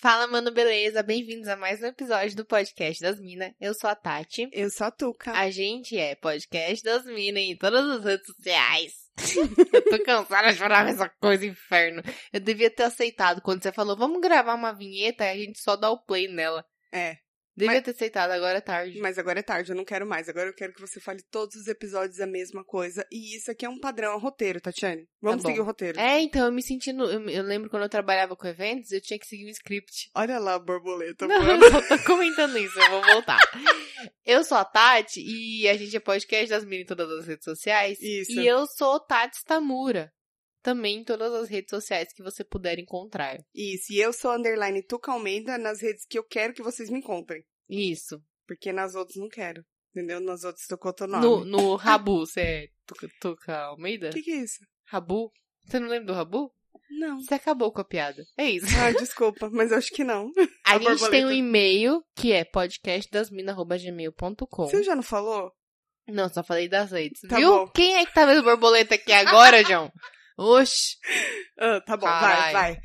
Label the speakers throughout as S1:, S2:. S1: Fala, mano, beleza? Bem-vindos a mais um episódio do Podcast das Minas. Eu sou a Tati.
S2: Eu sou a Tuca.
S1: A gente é Podcast das Minas em todas as redes sociais. eu tô cansada de falar a mesma coisa, inferno. Eu devia ter aceitado quando você falou, vamos gravar uma vinheta e a gente só dá o play nela.
S2: É,
S1: Devia
S2: Mas-
S1: ter aceitado, agora é tarde.
S2: mas agora é tarde, eu não quero mais. Agora eu quero que você fale todos os episódios a mesma coisa. E isso aqui é um padrão, é um roteiro, Tatiane. Vamos
S1: bom.
S2: seguir o roteiro.
S1: É, então, eu me senti no... Eu, eu lembro quando eu trabalhava com eventos, eu tinha que seguir um script.
S2: Olha lá a borboleta
S1: Não, eu
S2: voando.
S1: não tô comentando isso, eu vou voltar. eu sou a Tati e a gente é podcast das minas em todas as redes sociais.
S2: Isso.
S1: E eu sou Tati Stamura. Também em todas as redes sociais que você puder encontrar.
S2: Isso, e eu sou underline Tuca Almeida nas redes que eu quero que vocês me encontrem.
S1: Isso.
S2: Porque nas outras não quero. Entendeu? Nas outras tocou teu nome.
S1: No, no Rabu, você é Tuca, Tuca Almeida?
S2: O que, que é isso?
S1: Rabu? Você não lembra do Rabu?
S2: Não.
S1: Você acabou com a piada. É isso.
S2: Ah, desculpa, mas eu acho que não.
S1: A,
S2: A
S1: gente tem um
S2: borboleta.
S1: e-mail que é podcastdasmina.gmail.com.
S2: Você já não falou?
S1: Não, só falei das redes.
S2: Tá
S1: Viu?
S2: bom.
S1: Quem é que tá vendo borboleta aqui agora, João? Oxi.
S2: Ah, tá bom,
S1: Carai.
S2: vai, vai.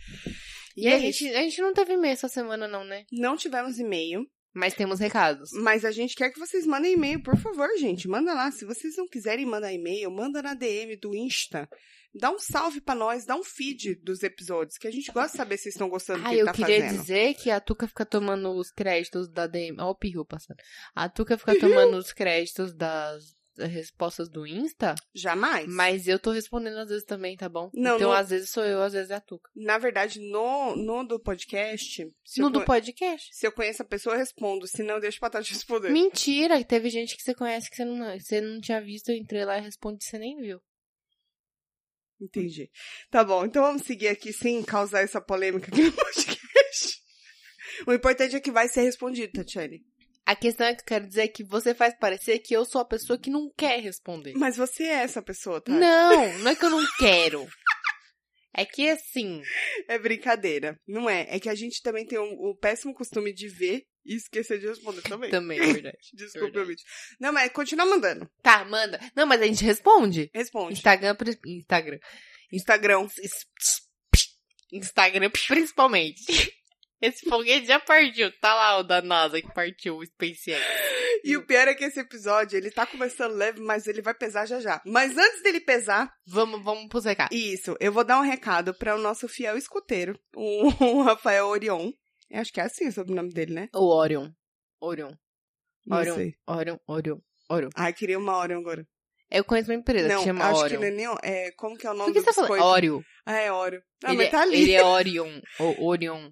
S1: E a, gente, a gente não teve e-mail essa semana, não, né?
S2: é
S1: Hum.
S2: Não tivemos e-mail.
S1: Mas temos recados.
S2: Mas a gente quer que vocês mandem e-mail, por favor, gente. Manda lá. Se vocês não quiserem mandar e-mail, manda na DM do Insta. Dá um salve pra nós, dá um feed dos episódios, que a gente gosta de saber se vocês estão gostando do
S1: Ah,
S2: que
S1: eu
S2: tá
S1: queria
S2: fazendo.
S1: dizer que a Tuca fica tomando os créditos da DM. Ó, o Piru passando. A Tuca fica tomando os créditos das das respostas do Insta,
S2: Jamais.
S1: mas eu tô respondendo às vezes também, tá bom?
S2: Não,
S1: então,
S2: não-
S1: às vezes sou eu, às vezes é a Tuca.
S2: Na verdade, no, no do podcast, se,
S1: no
S2: eu,
S1: do
S2: co-
S1: podcast.
S2: se eu conheço a pessoa, eu respondo. Se não, deixa pra Tati responder.
S1: Mentira, que teve gente que você conhece que você não, você não tinha visto, eu entrei lá e respondi, você nem viu.
S2: Entendi. Tá bom, então vamos seguir aqui sem causar essa polêmica aqui no podcast. O importante é que vai ser respondido, Tatiane.
S1: A questão é que eu quero dizer que você faz parecer que eu sou a pessoa que não quer responder.
S2: Mas você é essa pessoa, tá?
S1: Não, não é que eu não quero. É que assim,
S2: É brincadeira, não é? É que a gente também tem o, o péssimo costume de ver e esquecer de responder também.
S1: também, é verdade.
S2: Desculpa,
S1: verdade.
S2: eu menti. Não, mas continua mandando.
S1: Tá, manda. Não, mas a gente responde.
S2: Responde.
S1: Instagram, pri- Instagram.
S2: Instagram.
S1: Instagram principalmente. Esse foguete já partiu. Tá lá o da NASA que partiu, o SpaceX.
S2: E o pior é que esse episódio, ele tá começando leve, mas ele vai pesar já já. Mas antes dele pesar,
S1: Vamos, vamos pros recados.
S2: isso, eu vou dar um recado para o nosso fiel escuteiro, o, o Rafael Orion. Eu acho que é assim o sobrenome dele, né?
S1: O Orion. Orion.
S2: Não
S1: Orion.
S2: sei.
S1: Orion, Orion, Orion.
S2: Ai, queria uma Orion agora.
S1: Eu conheço uma empresa
S2: não,
S1: que chama
S2: acho que
S1: Orion.
S2: não é nem... É, como que é o nome
S1: Por que
S2: do
S1: você tá falando?
S2: biscoito?
S1: Oreo.
S2: Ah, é Orion. Ah,
S1: ele,
S2: mas tá ali.
S1: ele é Orion. Ou Orion.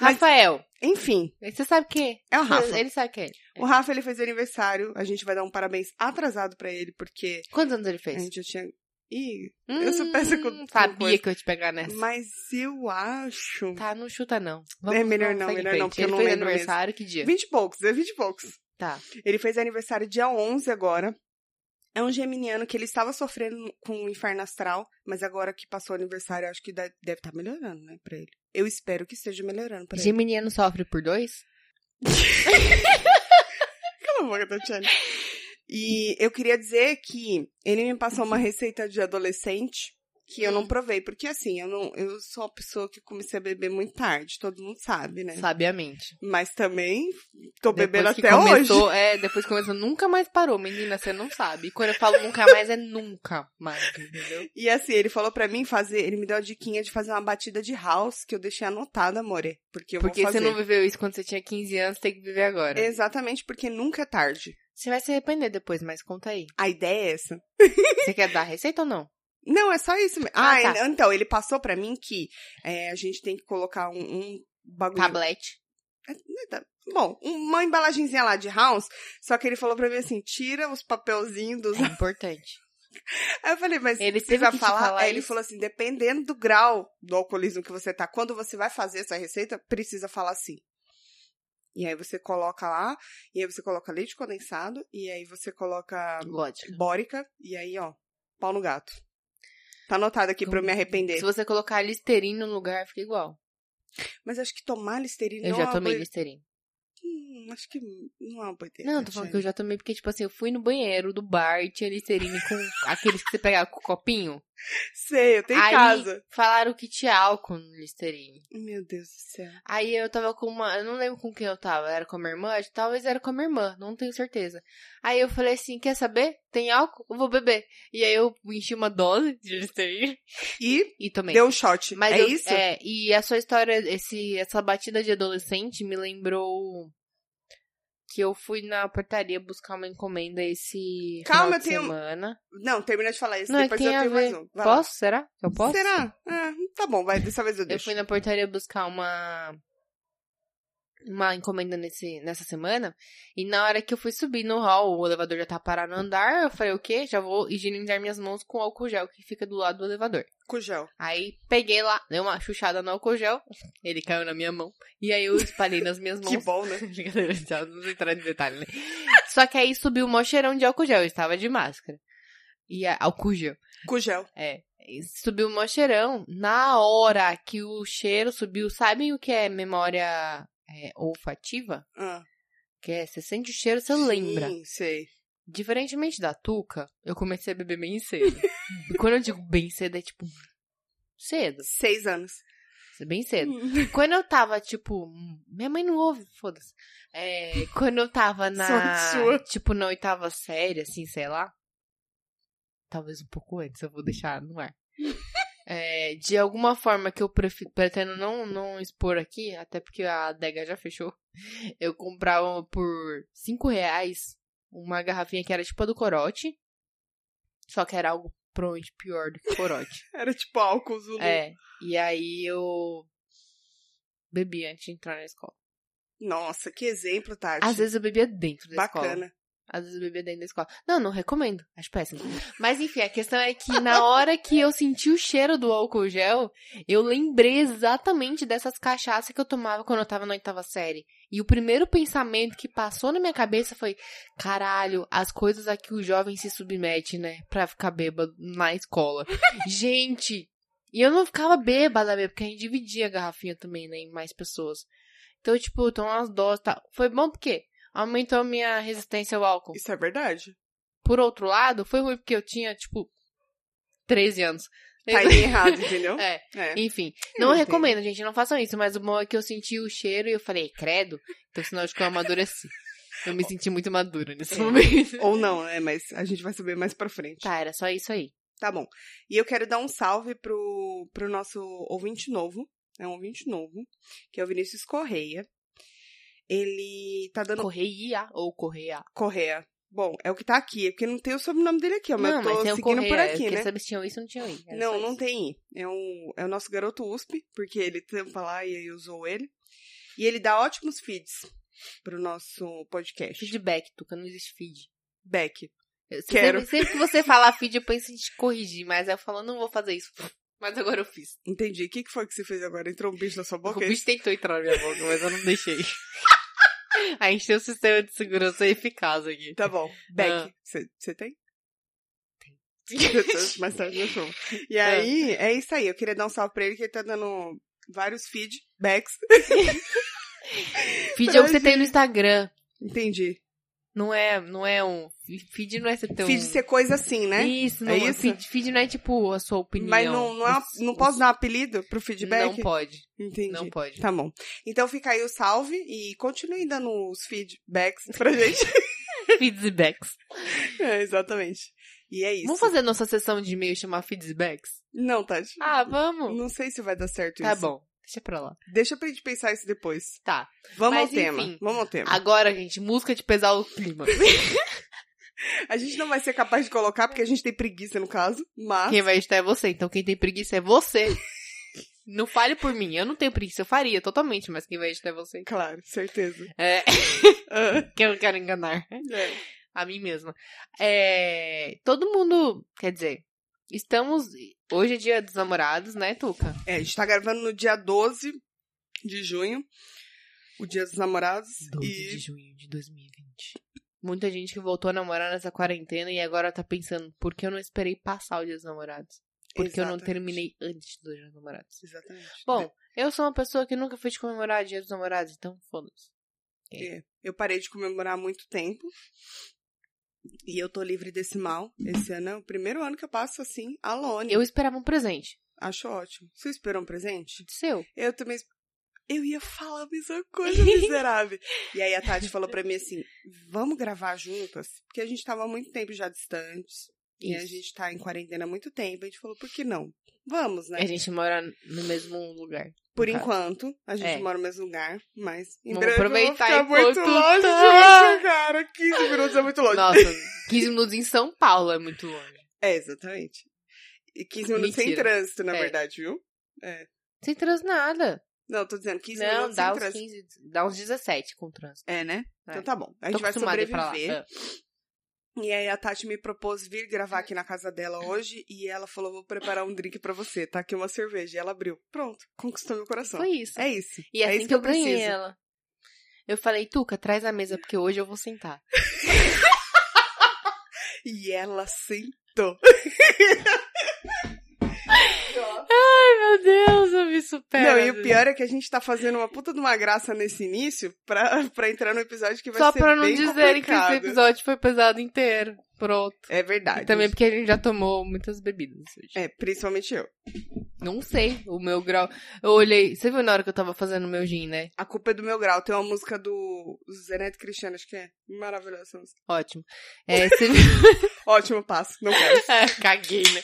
S2: Mas-
S1: Rafael,
S2: Enfim,
S1: você sabe quem
S2: é o
S1: é?
S2: Rafa.
S1: Ele sabe quem é.
S2: O Rafa, ele fez aniversário. A gente vai dar um parabéns atrasado pra ele, porque
S1: Quantos anos ele
S2: a
S1: fez?
S2: gente já tinha. Ih,
S1: Hum,
S2: sou péssima com- com
S1: Sabia
S2: coisa.
S1: que eu ia te pegar nessa.
S2: mas eu acho.
S1: Tá, não chuta não.
S2: É, melhor não,
S1: segue em
S2: melhor
S1: frente.
S2: não, porque eu
S1: Ele
S2: não
S1: fez
S2: lembro
S1: aniversário, que dia?
S2: Vinte e poucos, é vinte e poucos.
S1: Tá.
S2: Ele fez aniversário dia 11 agora. É um geminiano que ele estava sofrendo com o inferno astral, mas agora que passou o aniversário, eu acho que deve estar melhorando, né, pra ele. Eu espero que esteja melhorando pra ele.
S1: Geminiano sofre por dois?
S2: Cala a boca, Tatiana. E eu queria dizer que ele me passou uma receita de adolescente que eu não
S1: Hum.
S2: provei, porque assim, eu não, eu sou uma pessoa que comecei a beber muito tarde, todo mundo sabe, né?
S1: Sabiamente.
S2: Mas também tô
S1: Depois
S2: bebendo
S1: que
S2: até hoje.
S1: começou, É, depois que começou, nunca mais parou, menina, você não sabe. E quando eu falo nunca mais, é nunca mais, entendeu?
S2: E assim, ele falou pra mim fazer, ele me deu a diquinha de fazer uma batida de house que eu deixei anotada, amore, porque eu
S1: Porque
S2: vou
S1: você
S2: fazer.
S1: não viveu isso quando você tinha 15 anos, tem que viver agora.
S2: Exatamente, porque nunca é tarde.
S1: Você vai se arrepender depois, mas conta aí.
S2: A ideia é essa.
S1: Você quer dar receita ou não?
S2: Não, é só isso mesmo.
S1: Ah,
S2: Ah,
S1: tá.
S2: ele- então, ele passou pra mim que é, a gente tem que colocar um, um bagulho.
S1: Tá Tablete.
S2: Bom, uma embalagenzinha lá de house, só que ele falou pra mim assim, tira os papelzinhos dos...
S1: É importante.
S2: Aí eu falei, mas
S1: Ele
S2: você
S1: teve
S2: vai
S1: que te
S2: falar?
S1: falar
S2: Aí ele
S1: isso?
S2: falou assim, dependendo do grau do alcoolismo que você tá, quando você vai fazer essa receita, precisa falar assim. E aí você coloca lá, e aí você coloca leite condensado, e aí você coloca
S1: Lógico.
S2: bórica, e aí, ó, pau no gato. Tá anotado aqui pra eu me arrepender.
S1: Se você colocar listerine no lugar, fica igual.
S2: Mas acho que tomar listerina
S1: Eu
S2: não é
S1: já
S2: uma
S1: tomei
S2: boa-
S1: listerine.
S2: Hum, acho que não é uma boa ideia.
S1: Não, eu tô falando que eu
S2: Tatiane.
S1: já tomei porque, tipo assim, eu fui no banheiro do bar e tinha Listerine com aqueles que você pegava com o copinho.
S2: Sei, eu tenho em
S1: Aí-
S2: casa.
S1: Falaram que tinha álcool no Listerine.
S2: Meu Deus do céu.
S1: Aí eu tava com uma. Eu não lembro com quem eu tava. Era com a minha irmã? Acho que Talvez era com a minha irmã, não tenho certeza. Aí eu falei assim: quer saber? Tem álcool? Eu vou beber. E aí eu enchi uma dose de Listerine
S2: E
S1: e tomei.
S2: deu um shot.
S1: Mas
S2: é
S1: eu-
S2: isso?
S1: É, e a sua história, esse, essa batida de adolescente me lembrou que eu fui na portaria buscar uma encomenda esse final
S2: Calma, eu tenho- um-
S1: de semana.
S2: Não, termina de falar isso.
S1: Não, é que
S2: Depois
S1: tem
S2: eu
S1: a
S2: tenho
S1: ver.
S2: mais um. Vai lá.
S1: Posso? Será? Eu posso?
S2: Será? Ah, tá bom, vai. Dessa vez eu
S1: Eu
S2: deixo.
S1: fui na portaria buscar uma uma encomenda nesse, nessa semana e na hora que eu fui subir no hall, o elevador já tá parado no andar, eu falei o quê? Já vou higienizar minhas mãos com o álcool gel que fica do lado do elevador.
S2: Com gel.
S1: Aí peguei lá, dei uma chuchada no álcool gel, ele caiu na minha mão. E aí eu espalhei nas minhas mãos.
S2: Que bom, né?
S1: Brincadeira, já não vou entrar em detalhe, né? Só que aí subiu um maior cheirão de álcool gel, eu estava de máscara. E a, álcool gel.
S2: Com gel.
S1: É. E Subiu o maior cheirão. Na hora que o cheiro subiu, sabem o que é memória é, olfativa?
S2: Ah,
S1: Que é, você sente o cheiro, você
S2: sim,
S1: lembra.
S2: sei.
S1: Diferentemente da Tuca, eu comecei a beber bem cedo. e quando eu digo bem cedo, é tipo. Cedo.
S2: Seis anos.
S1: Bem cedo. Quando eu tava, tipo. hum, Minha mãe não ouve, foda-se. É, quando eu tava na.
S2: Sorte sua.
S1: Tipo, na oitava série, assim, sei lá. Talvez um pouco antes, eu vou deixar no ar. É, de alguma forma que eu prefi- pretendo não, não expor aqui, até porque a adega já fechou. Eu comprava por 5 reais uma garrafinha que era tipo a do corote. Só que era algo provavelmente pior do que corote.
S2: Era tipo álcool, Zulu.
S1: É. E aí eu bebi antes de entrar na escola.
S2: Nossa, que exemplo, Tati.
S1: Às vezes eu bebia dentro da escola.
S2: Bacana.
S1: Às vezes eu bebia dentro da escola. Não, não recomendo. Acho péssimo. Mas enfim, a questão é que na hora que eu senti o cheiro do álcool gel, eu lembrei exatamente dessas cachaças que eu tomava quando eu tava na oitava série. E o primeiro pensamento que passou na minha cabeça foi: caralho, as coisas a que o jovem se submete, né? Pra ficar bêbado na escola. Gente! E eu não ficava bêbada mesmo, porque a gente dividia a garrafinha também, né? Em mais pessoas. Então, tipo, eu tomava umas doses e tal. Foi bom porque aumentou a minha resistência ao álcool.
S2: Isso é verdade.
S1: Por outro lado, foi ruim porque eu tinha, tipo, 13 anos.
S2: Timing errado, entendeu?
S1: É.
S2: É.
S1: Enfim,
S2: Eu
S1: não
S2: entendo.
S1: recomendo, gente, não façam isso, mas o bom é que eu senti o cheiro e eu falei, credo, então sinal de que eu amadureci. Eu me senti muito madura nesse
S2: É.
S1: momento.
S2: Ou não, né? Mas a gente vai saber mais pra frente.
S1: Tá, era só isso aí.
S2: Tá bom. E eu quero dar um salve pro, pro nosso ouvinte novo. É um ouvinte novo, que é o Vinícius Correia. Ele tá dando
S1: Correia ah, ou correia?
S2: Correia. Bom, é o que tá aqui, é porque não tem o sobrenome dele aqui, ó, mas
S1: não,
S2: eu tô
S1: mas tem o
S2: seguindo
S1: correia. é
S2: por
S1: eu
S2: aqui,
S1: queria
S2: né?
S1: saber se tinha isso ou não tinha isso. Era
S2: Não,
S1: só
S2: não
S1: isso.
S2: tem I. É, um, é o nosso garoto USP, porque ele tampa lá e aí usou ele. E ele dá ótimos feeds pro nosso podcast.
S1: Feedback, Tuca, não existe feed.
S2: Feedback.
S1: Eu sempre-
S2: Quero.
S1: Sempre, que você falar feed, eu penso em te corrigir, mas aí eu falo, não vou fazer isso. Mas agora eu fiz.
S2: Entendi. O que, que foi que você fez agora? Entrou um bicho na sua
S1: O
S2: boca?
S1: bicho tentou entrar na minha boca, mas eu não deixei. A gente tem um sistema de segurança eficaz aqui.
S2: Tá bom. Beck. Você tem? Mais tarde no show. E aí, é isso aí. Eu queria dar um salve pra ele, que ele tá dando vários feedbacks.
S1: Feed é o que você tem no Instagram.
S2: Entendi.
S1: Não é, não é um. Feed não é você ter um.
S2: Feed ser coisa assim, né?
S1: Isso, não
S2: É isso?
S1: Feed, feed não é tipo a sua opinião.
S2: Mas não, não, é uma- não posso dar um apelido pro feedback?
S1: Não pode.
S2: Entendi.
S1: Não pode.
S2: Tá bom. Então fica aí o salve e continue dando os feedbacks pra gente.
S1: Feedbacks.
S2: É, exatamente. E é isso.
S1: Vamos fazer nossa sessão de e-mail e chamar feedbacks?
S2: Não, Tati.
S1: Ah, vamos.
S2: Não sei se vai dar certo
S1: Tá
S2: isso.
S1: bom. Deixa pra lá.
S2: Deixa pra gente pensar isso depois.
S1: Tá.
S2: Vamos
S1: Mas,
S2: ao tema.
S1: enfim.
S2: Vamos ao tema.
S1: Agora, gente, música de pesar o clima.
S2: A gente não vai ser capaz de colocar, porque a gente tem preguiça no caso, mas.
S1: Quem vai editar é você. Então quem tem preguiça é você. Não fale por mim. Eu não tenho preguiça. Eu faria totalmente, mas quem vai editar é você.
S2: Claro, certeza.
S1: É,
S2: Ah,
S1: que eu quero enganar
S2: é.
S1: a mim mesma. É, todo mundo, quer dizer, estamos... Hoje é dia dos namorados, né, Tuca?
S2: É, a gente tá gravando no dia 12 de junho, o dia dos namorados. e
S1: junho de 2020. Muita gente que voltou a namorar nessa quarentena e agora tá pensando, por que eu não esperei passar o dia dos namorados? Por que eu não
S2: Exatamente.
S1: terminei antes do dia dos namorados?
S2: Exatamente.
S1: Bom, eu sou uma pessoa que nunca fui de comemorar dia dos namorados, então foda-se.
S2: Eu parei de comemorar há muito tempo. E eu tô livre desse mal. Esse ano é o primeiro ano que eu passo assim, alone.
S1: Eu esperava um presente.
S2: Acho ótimo. Você esperou um presente?
S1: Seu.
S2: Eu também. es- Eu ia falar a mesma coisa, miserável. e aí a Tati falou pra mim assim: vamos gravar juntas? Porque a gente tava há muito tempo já distantes. E a
S1: Isso.
S2: gente tá em quarentena há muito tempo. A gente falou: por que não? Vamos, né?
S1: A gente mora no mesmo lugar.
S2: Por
S1: tá.
S2: enquanto, a gente
S1: É.
S2: mora no mesmo lugar, mas em
S1: Vamos
S2: breve
S1: aproveitar
S2: eu vou ficar muito
S1: enquanto
S2: longe
S1: tá.
S2: de você, cara. 15 minutos é muito longe.
S1: Nossa, 15 minutos em São Paulo é muito longe.
S2: É, exatamente. E 15 minutos sem
S1: Mentira.
S2: trânsito, na
S1: É.
S2: verdade, viu?
S1: Sem trans nada.
S2: Não, tô dizendo 15
S1: Não,
S2: minutos
S1: dá
S2: sem
S1: uns
S2: trânsito.
S1: 15, dá uns 17 com trânsito.
S2: É, né?
S1: É.
S2: Então tá bom. A
S1: Tô
S2: gente vai
S1: acostumada a ir pra lá.
S2: sobreviver.
S1: Ah.
S2: E aí a Tati me propôs vir
S1: É.
S2: gravar aqui na casa dela hoje e ela falou: vou preparar um drink pra você, tá aqui uma cerveja. E ela abriu. Pronto, conquistou meu coração.
S1: Foi isso.
S2: É isso.
S1: E
S2: é
S1: assim
S2: isso
S1: que eu ganhei
S2: preciso.
S1: ela. Eu falei, Tuca, traz a mesa, porque hoje eu vou sentar.
S2: E ela sentou.
S1: Meu Deus, eu me supero.
S2: Não, e o pior é que a gente tá fazendo uma puta de uma graça nesse início pra, pra entrar no episódio que vai
S1: Só
S2: ser
S1: pra não
S2: bem
S1: dizerem que
S2: complicado.
S1: esse episódio foi pesado inteiro. Pronto.
S2: É verdade.
S1: E também porque a gente já tomou muitas bebidas hoje.
S2: É, principalmente eu.
S1: Não sei o meu grau. Eu olhei. Você viu na hora que eu tava fazendo o meu gin, né?
S2: A culpa é do meu grau. Tem uma música do Zeneto Cristiano, acho que é. Maravilhosa essa música.
S1: Ótimo. É, você viu.
S2: Ótimo passo, não quero.
S1: Caguei, né?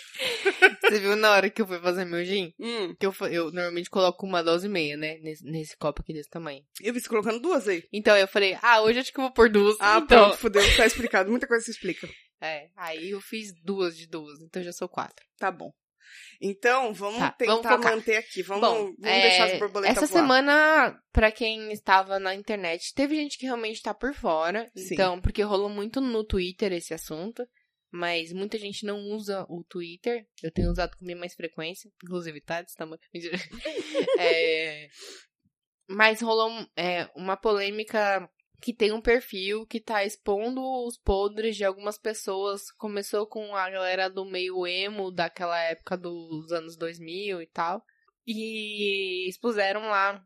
S1: Você viu na hora que eu fui fazer meu gin?
S2: Hum,
S1: Que eu, fa- eu normalmente coloco uma dose e meia, né? Nesse, nesse copo aqui desse tamanho.
S2: eu vi você colocando duas aí.
S1: Então eu falei, ah, hoje acho que eu vou pôr duas.
S2: Ah,
S1: então,
S2: pronto, fudeu. Tá explicado. Muita coisa se explica.
S1: É, aí eu fiz duas de duas, então já sou quatro.
S2: Tá bom. Então, vamos
S1: Tá,
S2: tentar
S1: vamos focar.
S2: manter aqui. Vamos, vamos
S1: é,
S2: deixar as borboletas
S1: Essa
S2: voar.
S1: semana, pra quem estava na internet, teve gente que realmente tá por fora.
S2: Sim.
S1: Então, porque rolou muito no Twitter esse assunto. Mas muita gente não usa o Twitter. Eu tenho usado com bem mais frequência. Inclusive, tá? Destamando. Mentira. É, mas rolou um- é, uma polêmica que tem um perfil que tá expondo os podres de algumas pessoas. Começou com a galera do meio emo, daquela época dos anos 2000 e tal. E expuseram lá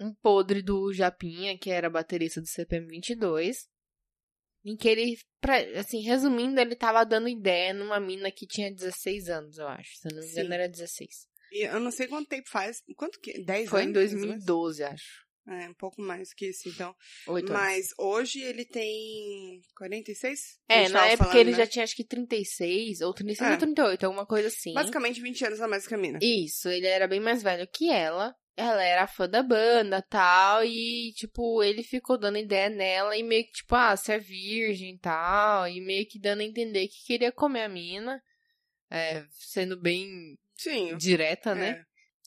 S1: um podre do Japinha, que era baterista do CPM 22. Em que ele, pra- assim, resumindo, ele tava dando ideia numa mina que tinha 16 anos, eu acho. Se eu não me
S2: Sim.
S1: engano, era 16.
S2: E Eu não sei quanto tempo faz. Quanto que? 10
S1: Foi em
S2: anos? mais ou menos?
S1: 2012, acho.
S2: É, um pouco mais que isso, então.
S1: Oito anos.
S2: Mas hoje ele tem 46? A
S1: É,
S2: gente
S1: na
S2: tava
S1: época
S2: falando,
S1: ele
S2: né?
S1: já tinha acho que 36, ou 36
S2: É.
S1: ou 38, alguma coisa assim.
S2: Basicamente 20 anos a mais que a mina.
S1: Isso, ele era bem mais velho que ela. Ela era fã da banda tal, e, tipo, ele ficou dando ideia nela e meio que, tipo, ah, você é virgem e tal, e meio que dando a entender que queria comer a mina. É, sendo bem
S2: Sim.
S1: direta, né?
S2: é.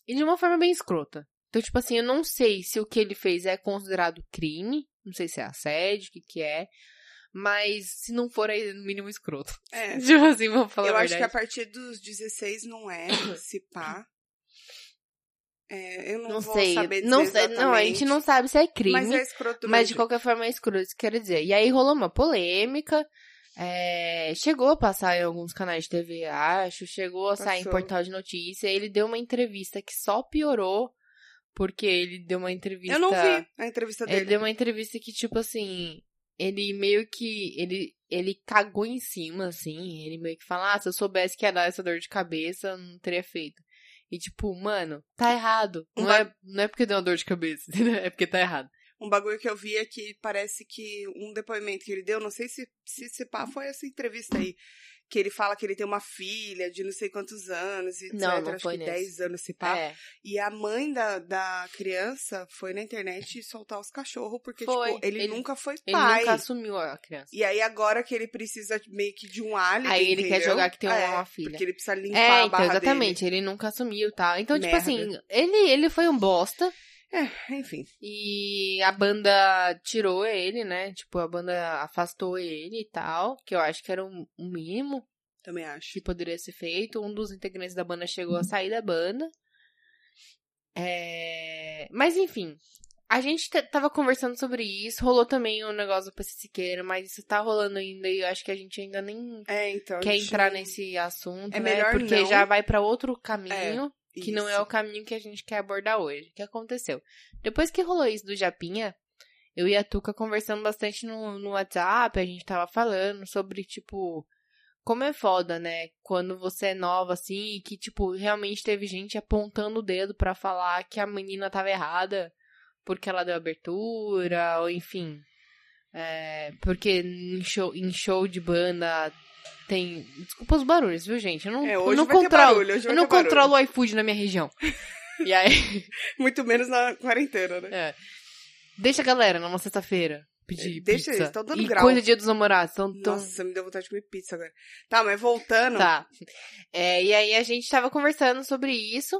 S1: E de uma forma bem escrota. Então, tipo assim, eu não sei se o que ele fez é considerado crime, não sei se é assédio, o que que é, mas se não for, é no mínimo escroto.
S2: É.
S1: Tipo assim, vamos falar
S2: Eu
S1: a
S2: acho que a
S1: verdade.
S2: partir dos 16 não é, se pá. É, eu não,
S1: Não
S2: vou
S1: sei,
S2: saber dizer
S1: não sei, não, a gente não sabe se é crime,
S2: Mas
S1: mas,
S2: é escroto do
S1: de
S2: mesmo
S1: qualquer forma é escroto, isso que eu quero dizer. E aí rolou uma polêmica, é, chegou a passar em alguns canais de TV, acho, chegou a sair em
S2: Passou.
S1: portal de notícia, ele deu uma entrevista que só piorou, porque ele deu uma entrevista...
S2: Eu não vi a entrevista
S1: É, Ele
S2: dele.
S1: deu uma entrevista que, tipo assim, ele meio que. Ele, ele cagou em cima, assim. Ele meio que fala, ah, se eu soubesse que ia dar essa dor de cabeça, eu não teria feito. E tipo, mano, tá errado. Não,
S2: Uma-
S1: é, não é porque deu uma dor de cabeça, entendeu? É porque tá errado.
S2: Um bagulho que eu vi é que parece que um depoimento que ele deu, não sei se se, se pá, foi essa entrevista aí. Que ele fala que ele tem uma filha de não sei quantos anos, etc.
S1: Não, não
S2: Acho
S1: foi
S2: que
S1: nesse.
S2: 10 anos se pá.
S1: É.
S2: E a mãe da, da criança foi na internet soltar os cachorros, porque,
S1: Foi.
S2: tipo, ele,
S1: Ele-
S2: nunca foi
S1: Ele
S2: pai.
S1: nunca assumiu a criança.
S2: E aí agora que ele precisa meio que de um álibi,
S1: Aí ele quer
S2: entendeu?
S1: jogar que tem uma-
S2: É,
S1: uma filha.
S2: Porque ele precisa limpar
S1: É,
S2: a
S1: então,
S2: barra
S1: exatamente. Ele nunca assumiu, tá? Então,
S2: Merda.
S1: tipo assim, ele, ele foi um bosta.
S2: dele. É, enfim.
S1: E a banda tirou ele, né? Tipo, a banda afastou ele e tal. Que eu acho que era o o mínimo.
S2: Também acho.
S1: que poderia ser feito. Um dos integrantes da banda chegou a sair da banda. É, Mas enfim, a gente t- tava conversando sobre isso. Rolou também o negócio do PC Siqueira, mas isso tá rolando ainda e eu acho que a gente ainda nem
S2: É, então.
S1: quer
S2: deixa eu-
S1: entrar né, nesse assunto,
S2: É
S1: né?
S2: melhor
S1: Porque
S2: não.
S1: já vai pra outro caminho que não é
S2: Isso.
S1: o caminho que a gente quer abordar hoje. O que aconteceu? Depois que rolou isso do Japinha, eu e a Tuca conversando bastante no, no WhatsApp, a gente tava falando sobre, tipo, como é foda, né? Quando você é nova, assim, e que, tipo, realmente teve gente apontando o dedo pra falar que a menina tava errada porque ela deu abertura, ou enfim. É, porque em show, em show de banda tem. Desculpa os barulhos, viu, gente? Eu não,
S2: É,
S1: eu
S2: hoje
S1: não
S2: vai ter
S1: controlo.
S2: barulho, hoje
S1: Eu
S2: vai
S1: não
S2: ter é barulho.
S1: controlo o iFood na minha região. E aí.
S2: Muito menos na quarentena, né?
S1: É. Deixa a galera numa sexta-feira pedir
S2: É, deixa
S1: pizza.
S2: eles, tão dando
S1: e
S2: grau.
S1: coisa do dia dos namorados. Tão, tão...
S2: Nossa, me deu vontade de comer pizza agora. Tá, mas voltando.
S1: Tá. É, e aí a gente tava conversando sobre isso.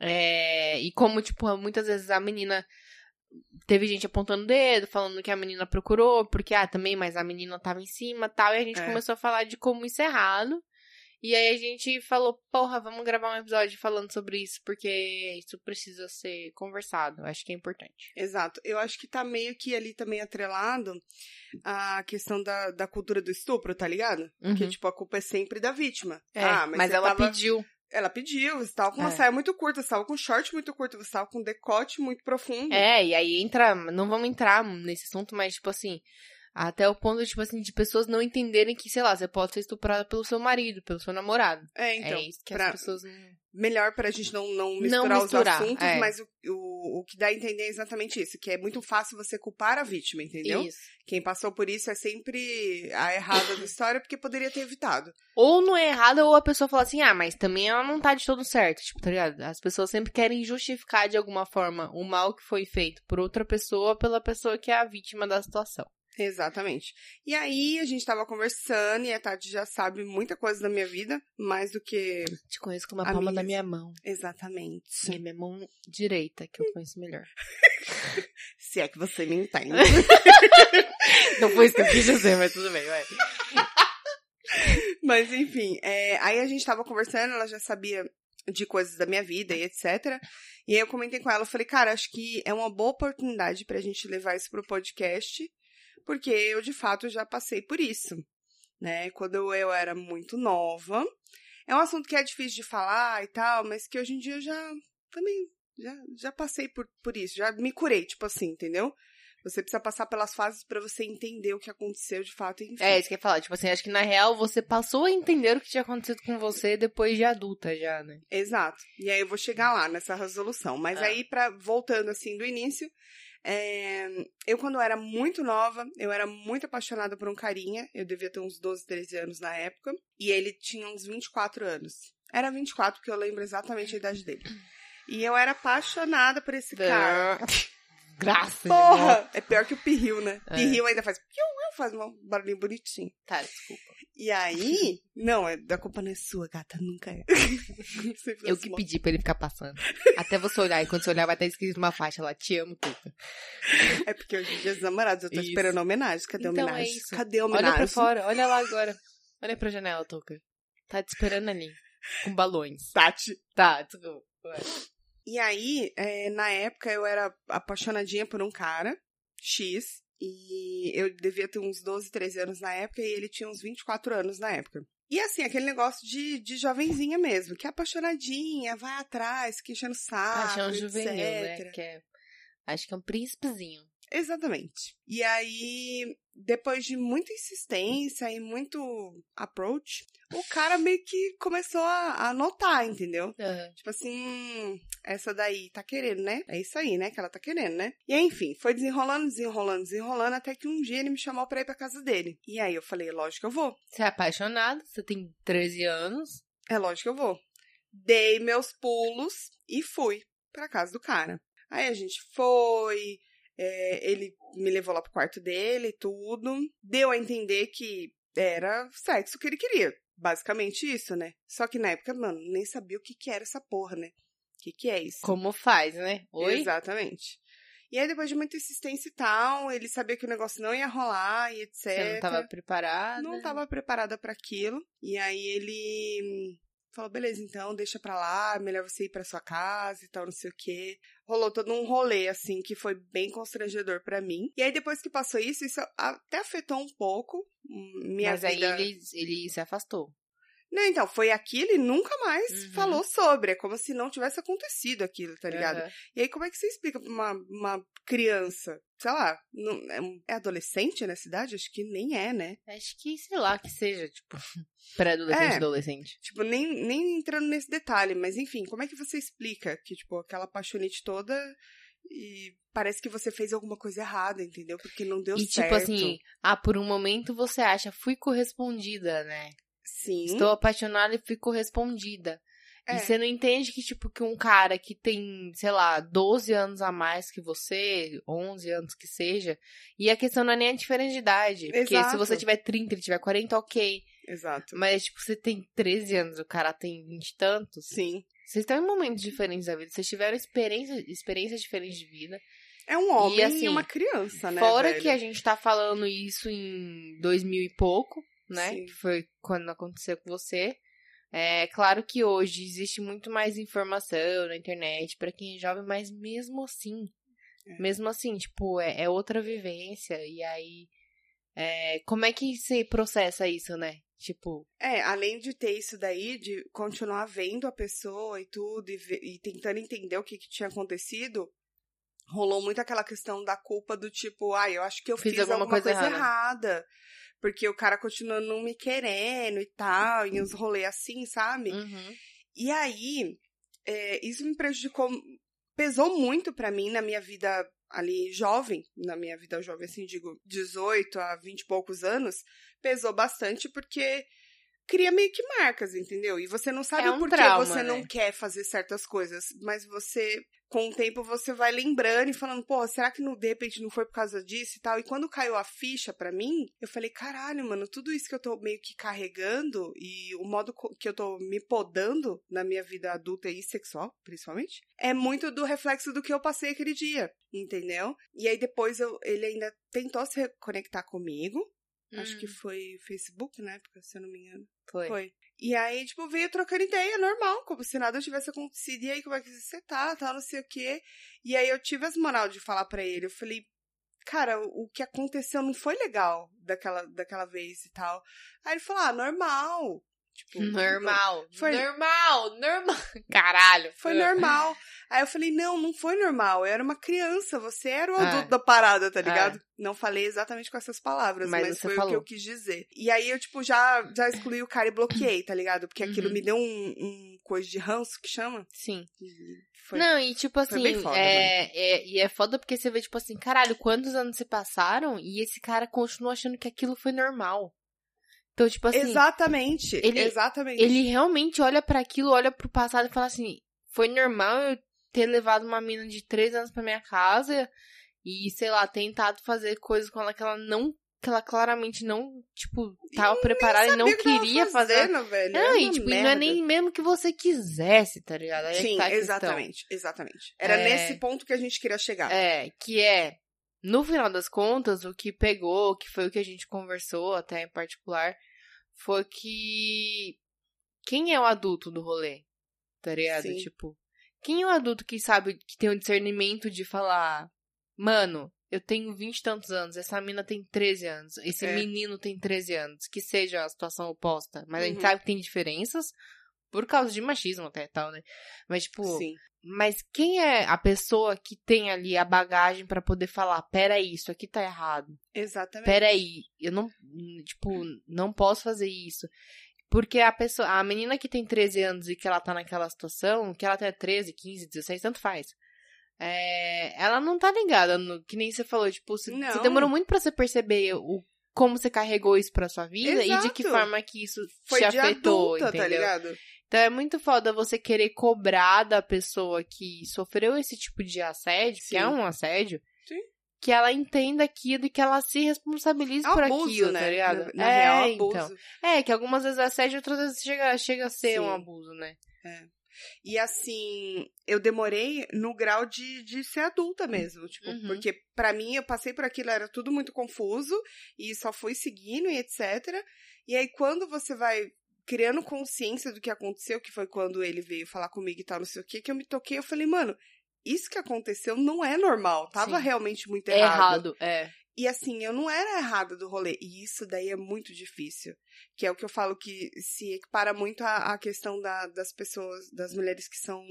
S1: É, e como, tipo, muitas vezes a menina. Teve gente apontando o dedo, falando que a menina procurou, porque, ah, também, mas a menina tava em cima tal. E a gente
S2: É.
S1: começou a falar de como isso é errado. E aí a gente falou, porra, vamos gravar um episódio falando sobre isso, porque isso precisa ser conversado. Eu Acho que é importante.
S2: Exato. Eu acho que tá meio que ali também atrelado a questão da, da cultura do estupro, tá ligado? Que,
S1: Uhum.
S2: tipo, a culpa é sempre da vítima.
S1: É,
S2: ah,
S1: mas,
S2: mas, você
S1: ela
S2: tava-
S1: pediu.
S2: Ela pediu, você tava com uma
S1: É.
S2: saia muito curta, você tava com um short muito curto, você tava com um decote muito profundo.
S1: É, e aí entra. Não vamos entrar nesse assunto, mas, tipo assim. Até o ponto, tipo assim, de pessoas não entenderem que, sei lá, você pode ser estuprada pelo seu marido, pelo seu namorado.
S2: É, então.
S1: é isso que
S2: pra-
S1: as pessoas não.
S2: melhor pra gente não, não misturar,
S1: misturar,
S2: os assuntos,
S1: é.
S2: mas o, o, o que dá a entender é exatamente isso, que é muito fácil você culpar a vítima, entendeu?
S1: Isso.
S2: Quem passou por isso é sempre a errada da história, porque poderia ter evitado.
S1: Ou não é errado, ou a pessoa fala assim, ah, mas também ela não tá de todo certo, tipo, tá ligado? As pessoas sempre querem justificar de alguma forma o mal que foi feito por outra pessoa, pela pessoa que é a vítima da situação.
S2: Exatamente. E aí, a gente tava conversando, e a Tati já sabe muita coisa da minha vida, mais do que...
S1: Te conheço com uma
S2: Amigas.
S1: palma da minha mão.
S2: Exatamente.
S1: É minha mão direita, que eu conheço melhor.
S2: Se é que você me entende.
S1: Não foi isso que eu quis dizer, mas tudo bem, vai.
S2: Mas enfim, é, aí a gente tava conversando, ela já sabia de coisas da minha vida e etc. E aí eu comentei com ela, eu falei, cara, acho que é uma boa oportunidade pra gente levar isso pro podcast, porque eu de fato já passei por isso, né? Quando eu era muito nova. É um assunto que é difícil de falar e tal, mas que hoje em dia eu já também já, já passei por, por isso, já me curei, tipo assim, entendeu? Você precisa passar pelas fases pra você entender o que aconteceu de fato. Enfim.
S1: É, isso que eu ia falar. Tipo assim, acho que na real você passou a entender o que tinha acontecido com você depois de adulta já, né?
S2: Exato. E aí eu vou chegar lá nessa resolução. Mas
S1: Ah.
S2: aí, pra, voltando assim do início, é, eu quando era muito nova, eu era muito apaixonada por um carinha. Eu devia ter uns 12, 13 anos na época. E ele tinha uns 24 anos. Era 24, porque eu lembro exatamente a idade dele. E eu era apaixonada por esse cara.
S1: Graça. Porra!
S2: Porra! É pior que o pirril, né?
S1: É.
S2: Pirril ainda faz... piu, Faz um barulhinho bonitinho.
S1: Tá, desculpa.
S2: E aí... Não, é- da culpa não é sua, gata. Nunca é. Sempre
S1: Eu
S2: assim,
S1: que
S2: uma
S1: pedi pra ele ficar passando. Até você olhar, e quando você olhar vai estar escrito uma faixa lá, te amo, Tuca.
S2: É porque hoje em dia os namorados, eu tô
S1: Isso.
S2: esperando a homenagem. Cadê a
S1: Então é
S2: homenagem?
S1: isso.
S2: Cadê a homenagem?
S1: Olha pra fora, olha lá agora. Olha pra janela, Tuca. Tá te esperando ali, com balões.
S2: Tati.
S1: Tá, desculpa.
S2: E aí, é, na época, eu era apaixonadinha por um cara, X, e eu devia ter uns 12, 13 anos na época, e ele tinha uns 24 anos na época. E assim, aquele negócio de, de jovenzinha mesmo, que é apaixonadinha, vai atrás, que enchendo o saco,
S1: Paixão
S2: etc.
S1: juvenil, né? Que é... Acho que é um príncipezinho.
S2: Exatamente. E aí, depois de muita insistência e muito approach, o cara meio que começou a, a notar, entendeu? Tipo assim, "Hum, essa daí tá querendo, né? É isso aí, né? Que ela tá querendo, né? E aí, enfim, foi desenrolando, desenrolando, desenrolando, até que um dia ele me chamou pra ir pra casa dele. E aí eu falei, lógico que eu vou.
S1: Você é apaixonado, você tem 13 anos.
S2: É lógico que eu vou. Dei meus pulos e fui pra casa do cara. Aí a gente foi, é, ele me levou lá pro quarto dele e tudo. Deu a entender que era sexo que ele queria. Basicamente isso, né? Só que na época, mano, nem sabia o que, que era essa porra, né? O que, que é isso?
S1: Como faz, né? Oi?
S2: Exatamente. E aí, depois de muita insistência e tal, ele sabia que o negócio não ia rolar e etc.
S1: Você não tava preparada.
S2: Não tava preparada pra aquilo. E aí ele hum, falou: beleza, então deixa pra lá, melhor você ir pra sua casa e tal, não sei o quê. Rolou todo um rolê, assim, que foi bem constrangedor pra mim. E aí depois que passou isso, isso até afetou um pouco hum, minha
S1: Mas
S2: vida.
S1: aí ele, ele se afastou.
S2: Não, então, foi aquilo e nunca mais
S1: Uhum.
S2: falou sobre. É como se não tivesse acontecido aquilo, tá ligado?
S1: Aham.
S2: E aí, como é que você explica pra uma, uma criança? sei lá, não- é um- é adolescente na cidade? Acho que nem é, né?
S1: Acho que, sei lá, que seja, tipo, pré-adolescente,
S2: É.
S1: adolescente.
S2: Tipo, nem, nem entrando nesse detalhe, mas enfim, como é que você explica que, tipo, aquela paixonite toda e parece que você fez alguma coisa errada, entendeu? Porque não deu
S1: e
S2: certo.
S1: tipo assim, ah, por um momento você acha, fui correspondida, né?
S2: sim.
S1: Estou apaixonada e fui correspondida.
S2: É.
S1: E você não entende que, tipo, que um cara que tem, sei lá, 12 anos a mais que você, 11 anos que seja, e a questão não é nem a diferença de idade. Porque se
S2: Exato.
S1: você tiver 30 e ele tiver 40, ok.
S2: Exato.
S1: Mas, tipo, você tem 13 anos, o cara tem 20 e tantos.
S2: Sim.
S1: Vocês estão em momentos diferentes da vida. Vocês tiveram experiência, experiências diferentes de vida.
S2: É um homem e,
S1: assim,
S2: uma criança, né?
S1: Fora
S2: velho?
S1: que a gente tá falando isso em 2000 e pouco, né?
S2: Sim.
S1: Que foi quando aconteceu com você. É claro que hoje existe muito mais informação na internet pra quem é jovem, mas mesmo assim,
S2: É.
S1: mesmo assim, tipo, é, é outra vivência. E aí, é, como é que se processa isso, né? Tipo,
S2: É, além de ter isso daí, de continuar vendo a pessoa e tudo, e, ve- e tentando entender o que, que tinha acontecido, rolou muito aquela questão da culpa do tipo, ah, eu acho que eu
S1: Fiz
S2: fiz,
S1: alguma
S2: alguma,
S1: coisa
S2: coisa, errada. Porque o cara continua não me querendo e tal, e uns rolês assim, sabe?
S1: uhum.
S2: E aí, é, isso me prejudicou, pesou muito pra mim na minha vida ali jovem, na minha vida jovem, assim, digo, 18 a 20 e poucos anos, pesou bastante porque cria meio que marcas, entendeu? E você não sabe
S1: É um
S2: por
S1: trauma,
S2: que você não
S1: né?
S2: quer fazer certas coisas, mas você, com o tempo, você vai lembrando e falando, pô, será que não, de repente não foi por causa disso e tal? E quando caiu a ficha pra mim, eu falei, caralho, mano, tudo isso que eu tô meio que carregando e o modo co- que eu tô me podando na minha vida adulta e sexual, principalmente, é muito do reflexo do que eu passei aquele dia, entendeu? E aí depois eu- ele ainda tentou se reconectar comigo, acho
S1: Hum,
S2: que foi Facebook na época, se eu não me engano.
S1: foi.
S2: Foi. E aí, tipo, veio trocando ideia, normal, como se nada tivesse acontecido. E aí, como é que você tá, tal, não sei o quê. E aí, eu tive as moral de falar pra ele. Eu falei, cara, o o que aconteceu não foi legal daquela, daquela vez e tal. Aí ele falou, ah, normal. Tipo,
S1: Normal.
S2: Foi-
S1: Normal, normal. Caralho.
S2: Foi normal. Aí eu falei, não, não foi normal. Eu era uma criança, você era o
S1: É.
S2: adulto da parada, tá ligado? Não falei exatamente com essas palavras,
S1: Mas
S2: mas,
S1: você
S2: foi o
S1: falou.
S2: que eu quis dizer. E aí eu, tipo, já, já excluí o cara e bloqueei, tá ligado? Porque aquilo
S1: Uhum.
S2: me deu um, um coisa de ranço que chama.
S1: Sim.
S2: E Foi
S1: não, e tipo assim,
S2: foi bem foda, né?
S1: é, é- e é foda porque você vê, tipo assim, caralho, quantos anos se passaram e esse cara continua achando que aquilo foi normal. Então, tipo assim,
S2: exatamente,
S1: ele-
S2: exatamente.
S1: ele realmente olha pra aquilo, olha pro passado e fala assim, foi normal eu ter levado uma mina de três anos pra minha casa e, sei lá, tentado fazer coisas com ela que ela não, que ela claramente não, tipo, tava preparada e não
S2: Sabia o que tava
S1: queria fazer.
S2: fazendo, velho.
S1: Não,
S2: era
S1: e
S2: uma
S1: tipo, e não é
S2: merda.
S1: nem mesmo que você quisesse, tá ligado? Aí é que
S2: Sim,
S1: tá a questão.
S2: exatamente, exatamente. Era
S1: É.
S2: nesse ponto que a gente queria chegar.
S1: É, que é, no final das contas, o que pegou, que foi o que a gente conversou até em particular, foi que quem é o adulto do rolê? Tá ligado?
S2: Sim.
S1: Tipo, quem é o adulto que sabe, que tem o discernimento de falar, mano, eu tenho vinte e tantos anos, essa mina tem 13 anos, esse
S2: É.
S1: menino tem 13 anos, que seja a situação oposta, mas a gente
S2: Uhum.
S1: sabe que tem diferenças por causa de machismo até e tal, né? Mas tipo,
S2: Sim.
S1: mas quem é a pessoa que tem ali a bagagem pra poder falar, peraí, isso aqui tá errado.
S2: Exatamente.
S1: Peraí, eu não, tipo, não posso fazer isso. Porque a pessoa, a menina que tem 13 anos e que ela tá naquela situação, que ela tem 13, 15, 16, tanto faz. É, ela não tá ligada, no, que nem você falou, tipo, você,
S2: Não.
S1: você demorou muito pra você perceber o como você carregou isso pra sua vida e de que
S2: Exato.
S1: forma que isso
S2: Foi
S1: te
S2: de
S1: afetou,
S2: adulta, tá
S1: entendeu?
S2: ligado?
S1: Então é muito foda você querer cobrar da pessoa que sofreu esse tipo de assédio, que
S2: Sim.
S1: é um assédio,
S2: Sim.
S1: que ela entenda aquilo e que ela se responsabilize
S2: É um
S1: por
S2: abuso,
S1: aquilo,
S2: né?
S1: tá ligado?
S2: Na, na
S1: é,
S2: real, é um abuso.
S1: então. É, que algumas vezes assédio, outras vezes chega, chega a ser
S2: Sim.
S1: um abuso, né?
S2: E assim, eu demorei no grau de, de ser adulta mesmo. Tipo,
S1: Uhum.
S2: porque pra mim eu passei por aquilo, era tudo muito confuso e só fui seguindo e etc. E aí quando você vai criando consciência do que aconteceu, que foi quando ele veio falar comigo e tal, não sei o que, que eu me toquei, eu falei, mano, isso que aconteceu não é normal. Tava
S1: Sim.
S2: realmente muito
S1: É errado, é.
S2: e assim, eu não era errada do rolê. E isso daí é muito difícil. Que é o que eu falo que se equipara muito à, à questão da- das pessoas, das mulheres que são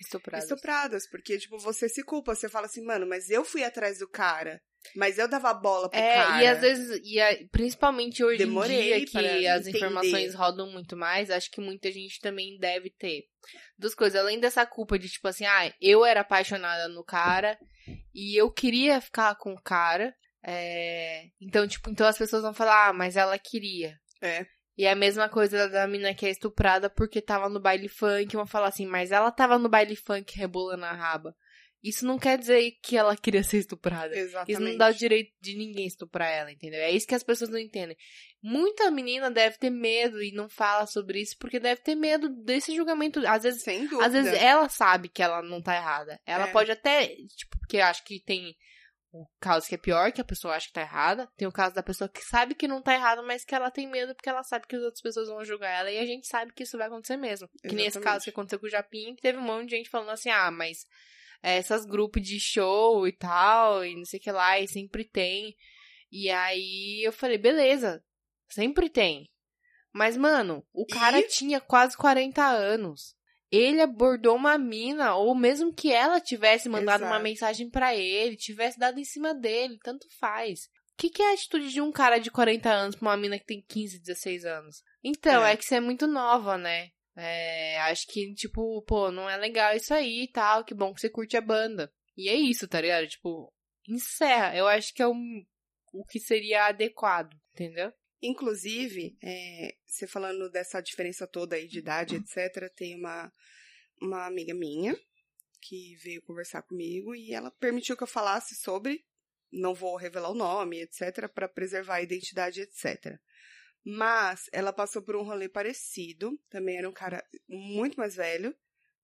S1: Estuprado.
S2: estupradas. Porque, tipo, você se culpa, você fala assim, mano, mas eu fui atrás do cara. Mas eu dava bola pro
S1: É,
S2: cara.
S1: e às vezes, e a- principalmente hoje
S2: Demorei
S1: em dia,
S2: para
S1: que as
S2: entender.
S1: informações rodam muito mais, acho que muita gente também deve ter. Duas coisas, além dessa culpa de tipo assim, ah, eu era apaixonada no cara e eu queria ficar com o cara. é, Então, tipo, então as pessoas vão falar, ah, mas ela queria.
S2: É.
S1: E é a mesma coisa da mina que é estuprada porque tava no baile funk, vão falar assim, mas ela tava no baile funk rebolando a raba. Isso não quer dizer que ela queria ser estuprada.
S2: Exatamente.
S1: Isso não dá o direito de ninguém estuprar ela, entendeu? É isso que as pessoas não entendem. Muita menina deve ter medo e não fala sobre isso porque deve ter medo desse julgamento. Às vezes,
S2: Sem dúvida.
S1: às vezes ela sabe que ela não tá errada. Ela
S2: É.
S1: pode até, tipo, porque acho que tem o caso que é pior, que a pessoa acha que tá errada. Tem o caso da pessoa que sabe que não tá errada, mas que ela tem medo porque ela sabe que as outras pessoas vão julgar ela e a gente sabe que isso vai acontecer mesmo. Que nem esse
S2: Exatamente.
S1: caso que aconteceu com o Japim, que teve um monte de gente falando assim, ah, mas é, essas grupos de show e tal, e não sei o que lá, e sempre tem. E aí eu falei, beleza, sempre tem. Mas, mano, o cara tinha quase 40 anos. Ele abordou uma mina, ou mesmo que ela tivesse mandado uma
S2: Exato.
S1: mensagem pra ele, tivesse dado em cima dele, tanto faz. O que, que é a atitude de um cara de 40 anos pra uma mina que tem 15, 16 anos? Então, é,
S2: É.
S1: que você é muito nova, né? É, acho que, tipo, pô, não é legal isso aí e tal. Que bom que você curte a banda. E é isso, tá ligado? Tipo, encerra. Eu acho que é um, o que seria adequado, entendeu?
S2: Inclusive, é, você falando dessa diferença toda aí de idade, etc., tem uma, uma amiga minha que veio conversar comigo e ela permitiu que eu falasse sobre, não vou revelar o nome, etc., para preservar a identidade, etc. Mas ela passou por um rolê parecido, também era um cara muito mais velho.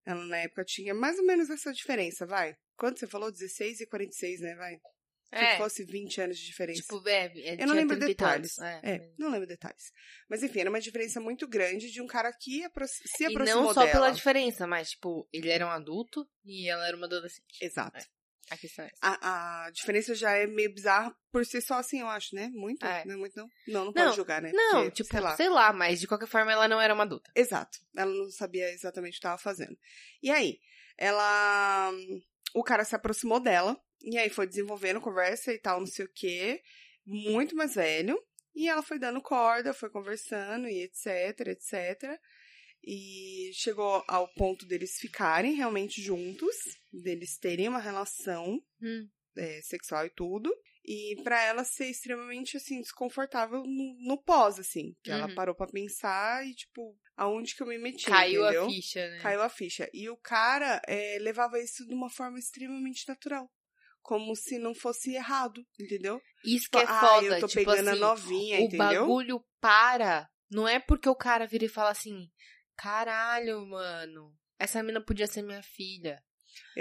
S2: Ela na época tinha mais ou menos essa diferença, vai. Quando você falou 16 e 46, né, vai? Se
S1: É,
S2: fosse 20 anos de diferença.
S1: tipo, bebe.
S2: Eu não lembro detalhes.
S1: né,
S2: É, não lembro detalhes. Mas enfim, era uma diferença muito grande de um cara que apro- se
S1: E
S2: aproximou
S1: não só
S2: dela.
S1: pela diferença, mas, tipo, ele era um adulto e ela era uma adolescente.
S2: Exato.
S1: É. A questão é essa.
S2: A, a diferença já é meio bizarra por si só, assim, eu acho, né? Muito,
S1: É.
S2: não é muito não. Não, não pode
S1: Não,
S2: julgar, né?
S1: Não,
S2: Porque,
S1: tipo,
S2: sei lá.
S1: mas de qualquer forma ela não era uma adulta.
S2: Exato. Ela não sabia exatamente o que estava fazendo. E aí, ela. O cara se aproximou dela. E aí foi desenvolvendo conversa e tal, não sei o quê. Muito mais velho. E ela foi dando corda, foi conversando e etc, etc. E chegou ao ponto deles ficarem realmente juntos, deles terem uma relação é, sexual e tudo. E pra ela ser extremamente, assim, desconfortável no, no pós, assim. Que ela
S1: Uhum.
S2: parou pra pensar e, tipo, aonde que eu me meti,
S1: Caiu
S2: entendeu?
S1: a ficha, né?
S2: Caiu a ficha. E o cara é, levava isso de uma forma extremamente natural. Como se não fosse errado, entendeu?
S1: Isso
S2: Tipo,
S1: que é
S2: ah,
S1: foda.
S2: eu tô
S1: tipo
S2: pegando
S1: assim,
S2: a novinha,
S1: o
S2: entendeu?
S1: bagulho para. Não é porque o cara vira e fala assim, caralho, mano, essa mina podia ser minha filha.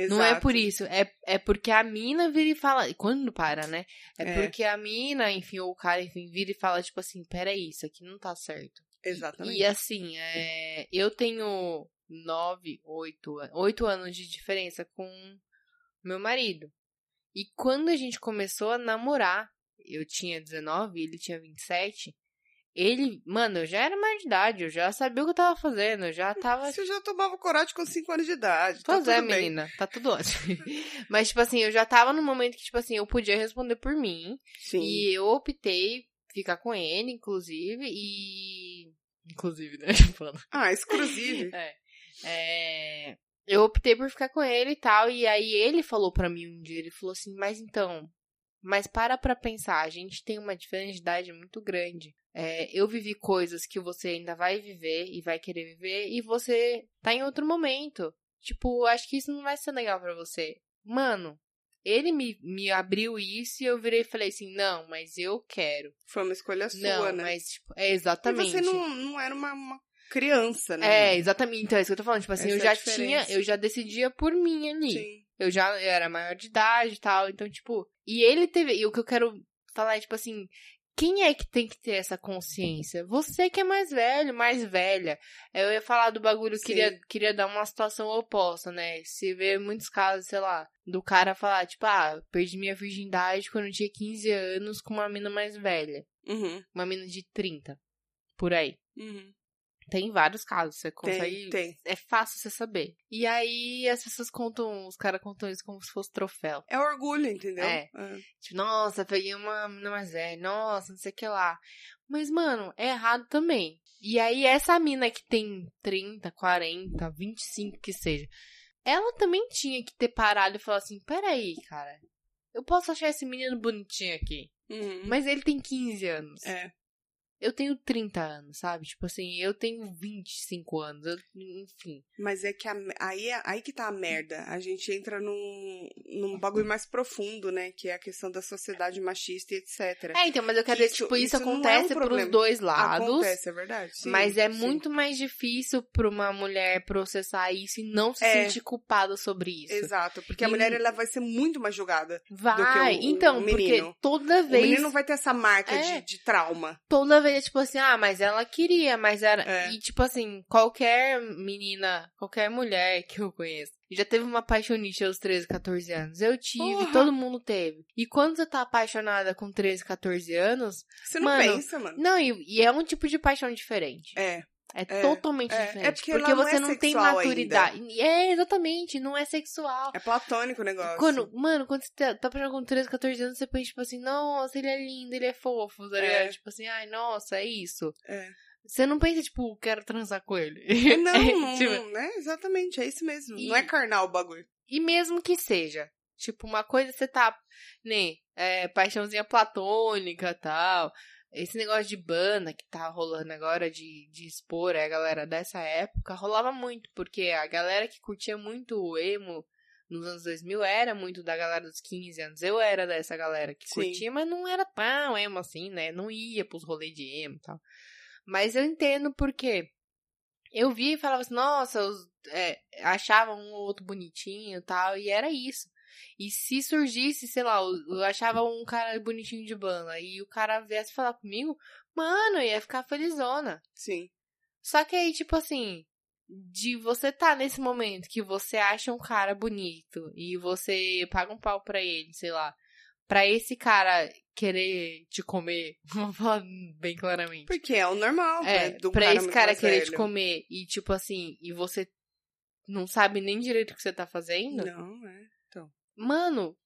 S1: Não é
S2: Exato.
S1: por isso, é, é porque a mina vira e fala. e Quando para, né? É,
S2: É.
S1: porque a mina, enfim, ou o cara, enfim, vira e fala, tipo assim, peraí, isso aqui não tá certo.
S2: Exatamente.
S1: E assim, é, eu tenho nove, oito, an- oito anos de diferença com meu marido. E quando a gente começou a namorar, eu tinha 19, ele tinha 27. Ele, mano, eu já era mais de idade, eu já sabia o que eu tava fazendo, eu já tava
S2: Você já tomava corote com 5 anos de idade.
S1: Pois
S2: tá
S1: é,
S2: tudo bem.
S1: menina, tá tudo ótimo. Mas, tipo assim, eu já tava num momento que, tipo assim, eu podia responder por mim.
S2: Sim.
S1: E eu optei ficar com ele, inclusive, e. Inclusive, né? Falando.
S2: Ah, exclusive.
S1: É. É, Eu optei por ficar com ele e tal. E aí ele falou pra mim um dia, ele falou assim, mas então, mas para pra pensar, a gente tem uma diferença de idade muito grande. É, eu vivi coisas que você ainda vai viver e vai querer viver, e você tá em outro momento. Tipo, acho que isso não vai ser legal pra você. Mano, ele me, me abriu isso e eu virei e falei assim, não, mas eu quero.
S2: Foi uma escolha sua,
S1: não,
S2: né?
S1: mas tipo, é
S2: E
S1: exatamente.
S2: você não, não era uma, uma criança, né?
S1: É, exatamente. Então, é isso que eu tô falando. Tipo assim,
S2: Essa
S1: eu
S2: é
S1: já
S2: a diferença.
S1: tinha, eu já decidia por mim ali.
S2: Sim.
S1: Eu já eu era maior de idade e tal. Então, tipo, e ele teve. E o que eu quero falar é, tipo assim, quem é que tem que ter essa consciência? Você que é mais velho, mais velha. Eu ia falar do bagulho,
S2: Sim.
S1: queria, queria dar uma situação oposta, né? Se vê muitos casos, sei lá, do cara falar, tipo, ah, perdi minha virgindade quando eu tinha 15 anos com uma mina mais velha.
S2: Uhum.
S1: Uma mina de 30. Por aí.
S2: Uhum.
S1: Tem vários casos, você
S2: Tem,
S1: consegue.
S2: tem.
S1: É fácil você saber. E aí as pessoas contam, os caras contam isso como se fosse troféu.
S2: É orgulho, entendeu?
S1: É. Tipo, nossa, peguei uma menina mais velha, nossa, não sei o que lá. Mas, mano, é errado também. E aí, essa mina que tem 30, 40, 25, que seja, ela também tinha que ter parado e falar assim: peraí, cara, eu posso achar esse menino bonitinho aqui,
S2: Uhum.
S1: mas ele tem 15 anos.
S2: É.
S1: Eu tenho 30 anos, sabe? Tipo assim, eu tenho 25 anos, eu- enfim.
S2: Mas é que a- aí, aí que tá a merda. A gente entra num, num bagulho mais profundo, né? Que é a questão da sociedade machista e etc.
S1: É, então, mas eu quero dizer,
S2: Isso-
S1: tipo, isso,
S2: isso não é um
S1: acontece pros
S2: problema.
S1: dois lados.
S2: Acontece, é verdade. Sim,
S1: Mas é
S2: sim.
S1: muito mais difícil pra uma mulher processar isso e não se
S2: É.
S1: sentir culpada sobre isso.
S2: Exato, porque a
S1: E-
S2: mulher ela vai ser muito mais julgada.
S1: Vai,
S2: Do que o- o
S1: então,
S2: menino.
S1: porque toda
S2: O
S1: vez,
S2: menino vai ter essa marca
S1: É.
S2: de, de trauma.
S1: toda vez é tipo assim, ah, mas ela queria, mas era...
S2: É.
S1: E tipo assim, qualquer menina, qualquer mulher que eu conheço, já teve uma paixonite aos 13, 14 anos. Eu tive,
S2: Porra!
S1: todo mundo teve. E quando você tá apaixonada com 13, 14 anos...
S2: Você não
S1: Mano,
S2: pensa, mano.
S1: Não, e, e é um tipo de paixão diferente.
S2: É,
S1: É,
S2: É,
S1: totalmente
S2: é.
S1: diferente.
S2: É porque ela não
S1: você
S2: é
S1: não tem
S2: sexual
S1: maturidade. É, exatamente, não é sexual.
S2: é platônico o negócio.
S1: Quando, mano, quando você tá, tá apaixonado com 13, 14 anos, você pensa, tipo assim, nossa, ele é lindo, ele é fofo, tá ligado?
S2: É.
S1: Tipo assim, ai, nossa, é isso.
S2: É.
S1: Você não pensa, tipo, quero transar com ele.
S2: É, Não, não,
S1: Tipo-
S2: não, né? Exatamente, é isso mesmo.
S1: E-
S2: Não é carnal o bagulho.
S1: E mesmo que seja. Tipo, uma coisa você tá, né, é, paixãozinha platônica tal. Esse negócio de banda que tá rolando agora, de, de expor é, a galera dessa época, rolava muito, porque a galera que curtia muito o emo nos anos 2000 era muito da galera dos 15 anos. Eu era dessa galera que
S2: Sim.
S1: curtia, mas não era tão emo assim, né? Não ia pros rolês de emo e tal. Mas eu entendo porque eu via e falava assim, nossa, os, é, achava um ou outro bonitinho e tal, e era isso. E se surgisse, sei lá, eu eu achava um cara bonitinho de banda e o cara viesse falar comigo, mano, eu ia ficar felizona.
S2: Sim.
S1: Só que aí, tipo assim, de você tá nesse momento que você acha um cara bonito e você paga um pau pra ele, sei lá, pra esse cara querer te comer, vamos falar bem claramente.
S2: Porque é o normal.
S1: É,
S2: né, de um
S1: pra esse
S2: muito
S1: cara
S2: mais
S1: querer te
S2: velho.
S1: comer e, tipo assim, e você não sabe nem direito o que você tá fazendo,
S2: Não, é.
S1: mano,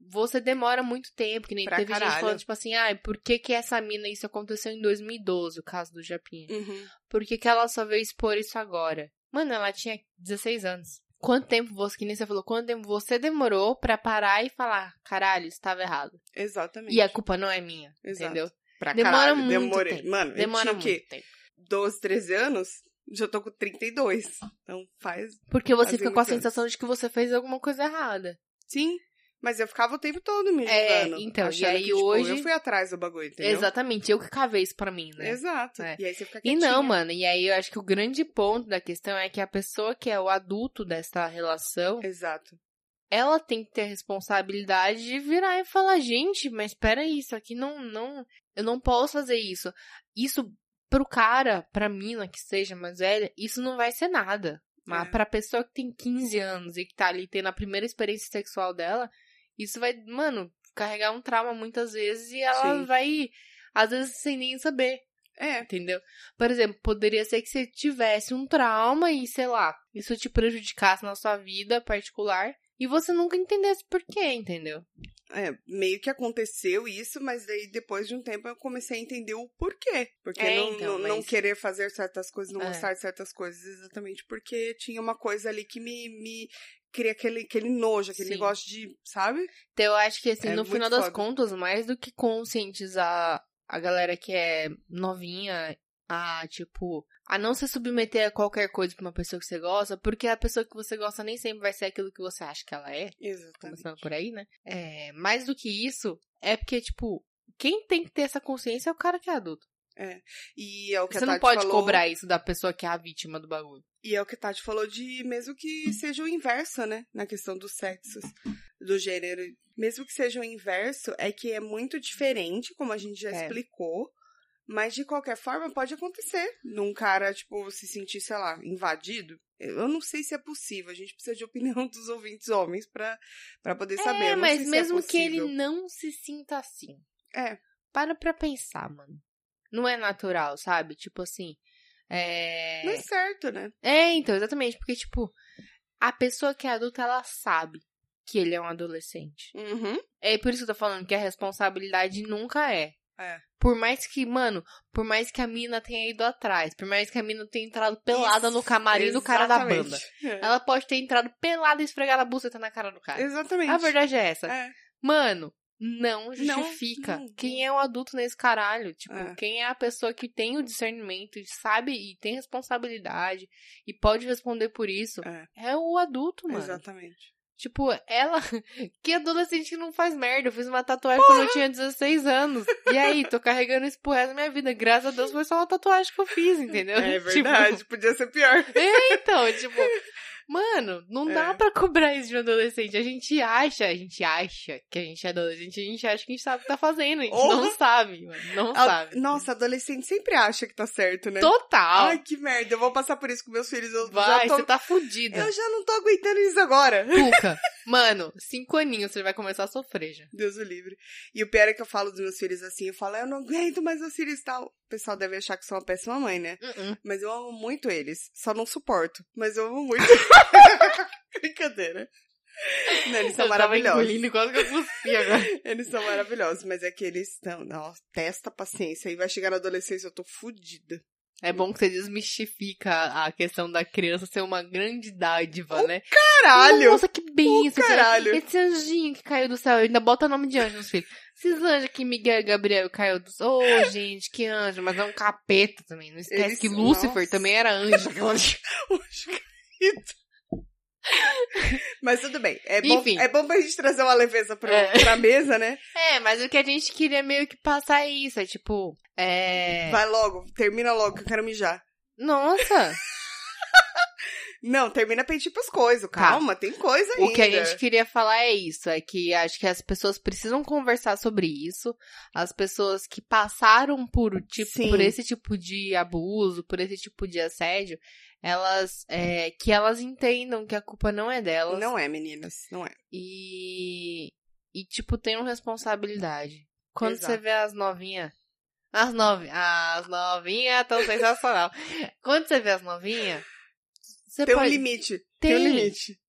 S1: você demora muito tempo, que nem
S2: Pra
S1: teve gente
S2: caralho.
S1: falando, tipo assim, ai, por que que essa mina, isso aconteceu em 2012, o caso do Japinha.
S2: Uhum.
S1: Por que que ela só veio expor isso agora? Mano, ela tinha 16 anos. Quanto tempo você, que nem você falou, quanto tempo você demorou pra parar e falar, caralho, estava errado.
S2: Exatamente.
S1: E a culpa não é minha,
S2: Exato.
S1: entendeu?
S2: Pra
S1: demora
S2: caralho,
S1: muito
S2: demorei.
S1: tempo.
S2: Mano,
S1: Demora
S2: eu tinha o quê?
S1: muito tempo.
S2: 12, 13 anos, já tô com 32. Então faz.
S1: Porque você
S2: Fazia
S1: fica com a
S2: muitos anos.
S1: sensação de que você fez alguma coisa errada.
S2: Sim. Mas eu ficava o tempo todo me
S1: É,
S2: julgando.
S1: então, e
S2: achando
S1: aí
S2: que, tipo,
S1: hoje-
S2: Eu fui atrás do bagulho, entendeu?
S1: Exatamente, eu que cavei isso pra mim, né?
S2: Exato.
S1: É.
S2: E aí você fica
S1: E
S2: quietinha.
S1: não, mano, e aí eu acho que o grande ponto da questão é que a pessoa que é o adulto dessa relação,
S2: Exato.
S1: ela tem que ter a responsabilidade de virar e falar, gente, mas peraí, isso aqui não, não, eu não posso fazer isso. Isso pro cara, pra mina que seja mais velha, isso não vai ser nada. Mas
S2: É.
S1: pra pessoa que tem 15 anos e que tá ali tendo a primeira experiência sexual dela, isso vai, mano, carregar um trauma muitas vezes e ela
S2: Sim.
S1: vai, às vezes, sem nem saber
S2: É.
S1: entendeu? Por exemplo, poderia ser que você tivesse um trauma e, sei lá, isso te prejudicasse na sua vida particular e você nunca entendesse por quê, entendeu?
S2: É, meio que aconteceu isso, mas daí depois de um tempo eu comecei a entender o porquê. Porque
S1: É,
S2: não,
S1: então,
S2: não, não
S1: mas-
S2: querer fazer certas coisas, não
S1: É.
S2: gostar de certas coisas, exatamente porque tinha uma coisa ali que me, me cria aquele, aquele nojo, aquele
S1: Sim.
S2: negócio de, sabe?
S1: Então eu acho que, assim,
S2: É
S1: no
S2: muito
S1: final das
S2: foda.
S1: contas, mais do que conscientizar a galera que é novinha a, tipo, a não se submeter a qualquer coisa pra uma pessoa que você gosta, porque a pessoa que você gosta nem sempre vai ser aquilo que você acha que ela é.
S2: Exatamente.
S1: começando por aí, né? É, mais do que isso, é porque, tipo, quem tem que ter essa consciência é o cara que é adulto.
S2: E é o que
S1: Você
S2: a
S1: não
S2: Tati
S1: pode
S2: falou,
S1: cobrar isso da pessoa que é a vítima do bagulho.
S2: E é o que a Tati falou de mesmo que seja o inverso, né? Na questão dos sexos, do gênero. Mesmo que seja o inverso, é que é muito diferente, como a gente já
S1: É.
S2: explicou. Mas de qualquer forma, pode acontecer. Num cara, tipo, se sentir, sei lá, invadido. Eu não sei se é possível. A gente precisa de opinião dos ouvintes homens pra, pra poder saber. Eu
S1: É,
S2: não
S1: mas
S2: sei se
S1: mesmo
S2: é
S1: que ele
S2: possível.
S1: não se sinta assim.
S2: É.
S1: Para pra pensar, mano. Não é natural, sabe? Tipo assim, é, É...
S2: Não é certo, né?
S1: É, então, exatamente, porque, tipo, a pessoa que é adulta, ela sabe que ele é um adolescente.
S2: Uhum.
S1: É por isso que eu tô falando que a responsabilidade nunca é.
S2: É.
S1: Por mais que, mano, por mais que a mina tenha ido atrás, por mais que a mina tenha entrado pelada no
S2: Isso,
S1: camarim do cara da
S2: exatamente.
S1: banda.
S2: É.
S1: Ela pode ter entrado pelada e esfregado a buceta na cara do cara.
S2: Exatamente.
S1: A verdade é essa.
S2: É.
S1: Mano, não justifica.
S2: não.
S1: Quem é um adulto nesse caralho? Tipo,
S2: hum, É.
S1: quem é a pessoa que tem o discernimento, e sabe e tem responsabilidade e pode responder por isso?
S2: É.
S1: É, o adulto, mano.
S2: Exatamente.
S1: Tipo, ela. Que adolescente que não faz merda? Eu fiz uma tatuagem quando eu tinha 16 anos. E aí, tô carregando isso pro resto da minha vida. Graças a Deus foi só uma tatuagem que eu fiz, entendeu?
S2: É
S1: Tipo,
S2: verdade, podia ser pior.
S1: é, então, tipo, mano, não dá
S2: É.
S1: pra cobrar isso de um adolescente. A gente acha, a gente acha que a gente é adolescente, a gente acha que a gente sabe o que tá fazendo. A gente
S2: Ou-
S1: não sabe, mano. Não
S2: A-
S1: sabe.
S2: Nossa, adolescente sempre acha que tá certo, né?
S1: Total.
S2: Ai, que merda, eu vou passar por isso com meus filhos. Eu,
S1: vai,
S2: já,
S1: você
S2: tô...
S1: tá fudida.
S2: eu já não tô aguentando isso agora.
S1: Cuca. Mano, cinco aninhos você vai começar a sofrer já.
S2: Deus o livre. E o pior é que eu falo dos meus filhos assim, eu falo, eu não aguento mais meus filhos e tal. O pessoal deve achar que sou uma péssima mãe, né?
S1: Uh-uh.
S2: Mas eu amo muito eles. Só não suporto. Mas eu amo muito. Brincadeira. Não, eles são
S1: eu tava
S2: maravilhosos.
S1: tá engolindo quase que eu cuspi agora.
S2: Eles são maravilhosos, mas é que eles estão. Nossa, testa a paciência. E vai chegar na adolescência, eu tô fodida.
S1: É bom que você desmistifica a- a questão da criança ser uma grande dádiva,
S2: Um
S1: né?
S2: Caralho!
S1: Nossa, que benção. esse-
S2: caralho.
S1: Esse anjinho que caiu do céu. Ainda bota nome de anjo nos filhos. Esses anjos que Miguel e Gabriel caiu do céu. Ô, gente, que anjo. Mas é um capeta também. Não esquece
S2: Eles-
S1: que Lúcifer
S2: nossa.
S1: também era anjo.
S2: Hoje caído. Mas tudo bem. É bom,
S1: Enfim.
S2: é bom pra gente trazer uma leveza pro,
S1: É.
S2: pra mesa, né?
S1: é, mas o que a gente queria meio que passar é isso. É tipo, é...
S2: Vai logo, termina logo, que eu quero mijar.
S1: Nossa.
S2: Não, termina pra gente ir pras coisas. Calma, tem coisa ainda.
S1: Tá. O que a gente queria falar é isso, é que acho que as pessoas precisam conversar sobre isso. As pessoas que passaram por o tipo,
S2: Sim.
S1: por esse tipo de abuso, por esse tipo de assédio, elas é, que elas entendam que a culpa não é delas
S2: Não é, meninas, não é.
S1: e e tipo tenham responsabilidade. Quando
S2: Exato.
S1: você vê as novinhas as nove, as novinhas tão sensacional. Quando você vê as novinhas, você
S2: Tem um
S1: pode-
S2: limite. Tem. um limite.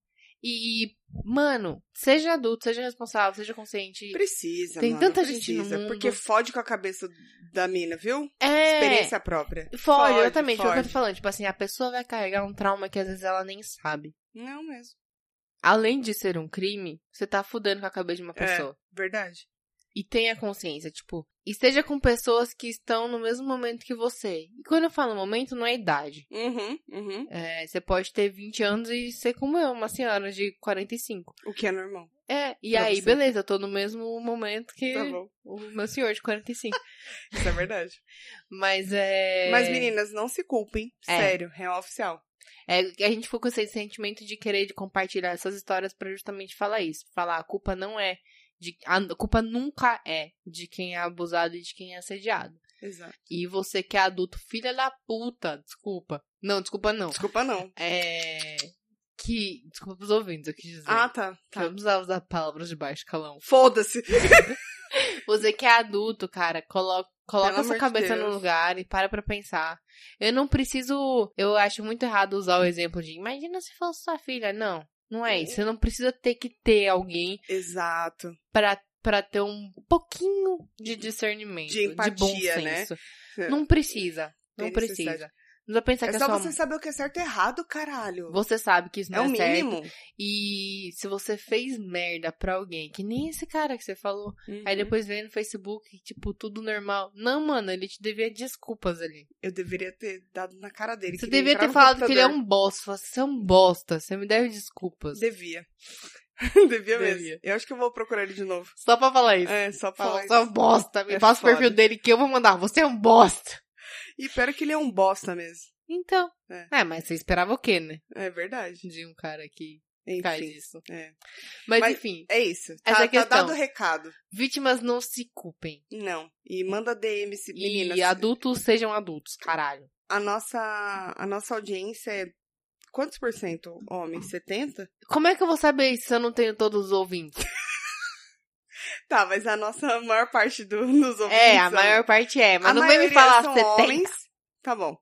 S1: e, mano, seja adulto, seja responsável, seja consciente.
S2: Precisa,
S1: Tem
S2: mano,
S1: tanta
S2: precisa,
S1: gente no mundo.
S2: Porque fode com a cabeça da mina, viu?
S1: É.
S2: Experiência própria.
S1: Fode,
S2: Fode,
S1: exatamente. Foi o que eu tô
S2: fode.
S1: falando. Tipo assim, a pessoa vai carregar um trauma que às vezes ela nem sabe.
S2: Não mesmo.
S1: Além de ser um crime, você tá fudendo com a cabeça de uma
S2: É.
S1: pessoa.
S2: Verdade.
S1: E tenha consciência, tipo. E seja com pessoas que estão no mesmo momento que você. E quando eu falo momento, não é idade.
S2: Uhum, uhum.
S1: É, você pode ter 20 anos e ser como eu, uma senhora de 45.
S2: O que é normal.
S1: É, e
S2: Pra
S1: aí,
S2: você.
S1: beleza, eu tô no mesmo momento que
S2: Tá bom.
S1: o meu senhor de 45.
S2: Isso é verdade.
S1: Mas é.
S2: Mas, meninas, não se culpem.
S1: É.
S2: Sério, real oficial.
S1: É, a gente ficou com esse sentimento de querer de compartilhar essas histórias pra justamente falar isso. Falar a culpa não é de a culpa nunca é de quem é abusado e de quem é assediado.
S2: Exato.
S1: E você que é adulto, filha da puta, desculpa. Não, desculpa não.
S2: Desculpa, não.
S1: É que desculpa pros ouvintes, eu quis dizer.
S2: Ah, tá. tá.
S1: Vamos usar usar palavras de baixo calão.
S2: Foda-se.
S1: Você que é adulto, cara, coloca, coloca
S2: Pelo amor
S1: sua
S2: de
S1: cabeça no
S2: Deus.
S1: lugar e para pra pensar. Eu não preciso. Eu acho muito errado usar o exemplo de imagina se fosse sua filha. Não, não
S2: Uhum.
S1: é isso. Você não precisa ter que ter alguém
S2: Exato.
S1: pra, pra ter um pouquinho de discernimento.
S2: De
S1: bom
S2: empatia, né?
S1: senso.
S2: É.
S1: Não precisa. Não
S2: Tem
S1: precisa.
S2: necessidade.
S1: Não precisa pensar
S2: É
S1: que é
S2: só
S1: sua
S2: você saber o que é certo e errado, caralho.
S1: Você sabe que isso
S2: É
S1: não
S2: o
S1: é, certo.
S2: mínimo.
S1: E se você fez merda pra alguém, que nem esse cara que você falou,
S2: Uhum.
S1: Aí depois vem no Facebook, tipo, tudo normal. Não, mano, ele te devia desculpas ali.
S2: Eu deveria ter dado na cara dele.
S1: Você
S2: queria
S1: devia
S2: entrar
S1: ter
S2: no
S1: falado que ele é
S2: computador.
S1: um bosta. Falar, Você é um bosta, você me deve desculpas.
S2: Devia. Devia mesmo.
S1: Devia.
S2: Eu acho que eu vou procurar ele de novo.
S1: Só pra falar isso.
S2: É, só pra
S1: Fala,
S2: falar
S1: você
S2: isso.
S1: é um bosta, me
S2: É
S1: passa o
S2: foda.
S1: perfil dele que eu vou mandar. Você é um bosta.
S2: E pior é que ele é um bosta mesmo.
S1: Então.
S2: É.
S1: É, mas você esperava o quê, né?
S2: É verdade.
S1: De um cara que faz
S2: Enfim,
S1: isso.
S2: é.
S1: Mas,
S2: Mas-
S1: enfim,
S2: é isso. Tá,
S1: Essa é a
S2: tá
S1: questão.
S2: dado o recado.
S1: vítimas não se culpem.
S2: Não. E manda DM, se- meninas.
S1: E adultos sejam adultos, caralho.
S2: A nossa, a nossa audiência é quantos por cento homem? 70?
S1: Como é que eu vou saber isso se eu não tenho todos os ouvintes?
S2: Tá, mas a nossa maior parte do, dos ouvintes
S1: É, a
S2: são-
S1: maior parte é. Mas
S2: a
S1: não vem me
S2: maioria
S1: falar
S2: são
S1: 70.
S2: homens. Tá bom.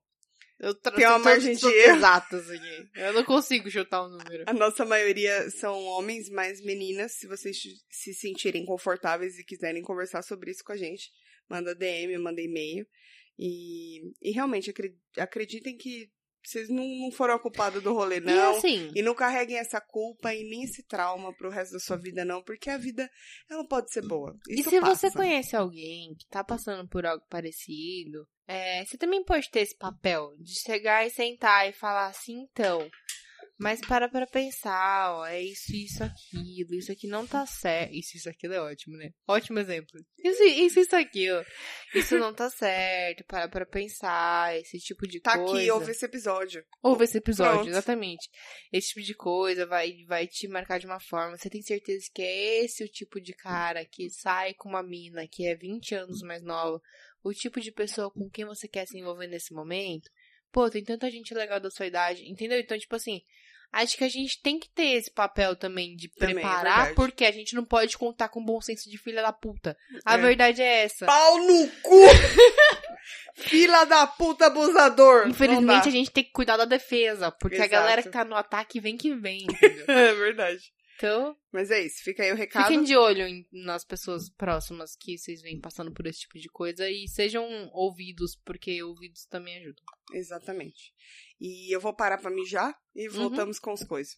S1: Eu tra-
S2: Tem uma
S1: tô-
S2: margem
S1: tô-
S2: de
S1: tô
S2: erro.
S1: exata, assim. Eu não consigo chutar um número.
S2: A nossa maioria são homens, mas meninas, se vocês se sentirem confortáveis e quiserem conversar sobre isso com a gente, manda DM, manda e-mail. E, e realmente, acre- acreditem que vocês não, não foram a culpada do rolê, não.
S1: E assim,
S2: E não carreguem essa culpa e nem esse trauma pro resto da sua vida, não, porque a vida, ela pode ser boa.
S1: E
S2: Isso
S1: se
S2: passa.
S1: você conhece alguém que tá passando por algo parecido, é, você também pode ter esse papel de chegar e sentar e falar assim, então, mas para pra pensar, ó, é isso, isso, aquilo, isso aqui não tá certo. Isso, isso, aquilo é ótimo, né? Ótimo exemplo. Isso, isso, isso, aquilo. Isso não tá certo, para pra pensar, esse tipo de
S2: Tá
S1: coisa.
S2: aqui, ouve esse episódio.
S1: Ouve esse episódio,
S2: Pronto.
S1: exatamente. Esse tipo de coisa vai, vai te marcar de uma forma. Você tem certeza que é esse o tipo de cara que sai com uma mina que é 20 anos mais nova? O tipo de pessoa com quem você quer se envolver nesse momento? Pô, tem tanta gente legal da sua idade, entendeu? Então, tipo assim, acho que a gente tem que ter esse papel também de
S2: Também, é
S1: preparar,
S2: verdade.
S1: porque a gente não pode contar com bom senso de filha da puta. A
S2: É.
S1: verdade é essa.
S2: Pau no cu! Fila da puta abusador! Não
S1: Infelizmente,
S2: dá.
S1: a gente tem que cuidar da defesa, porque
S2: Exato.
S1: a galera que tá no ataque vem que vem, entendeu?
S2: É verdade.
S1: Então,
S2: Mas é isso, fica aí o recado.
S1: Fiquem de olho em- nas pessoas próximas que vocês vêm passando por esse tipo de coisa e sejam ouvidos, porque ouvidos também ajudam.
S2: Exatamente. E eu vou parar pra mijar e
S1: Uhum.
S2: voltamos com as coisas.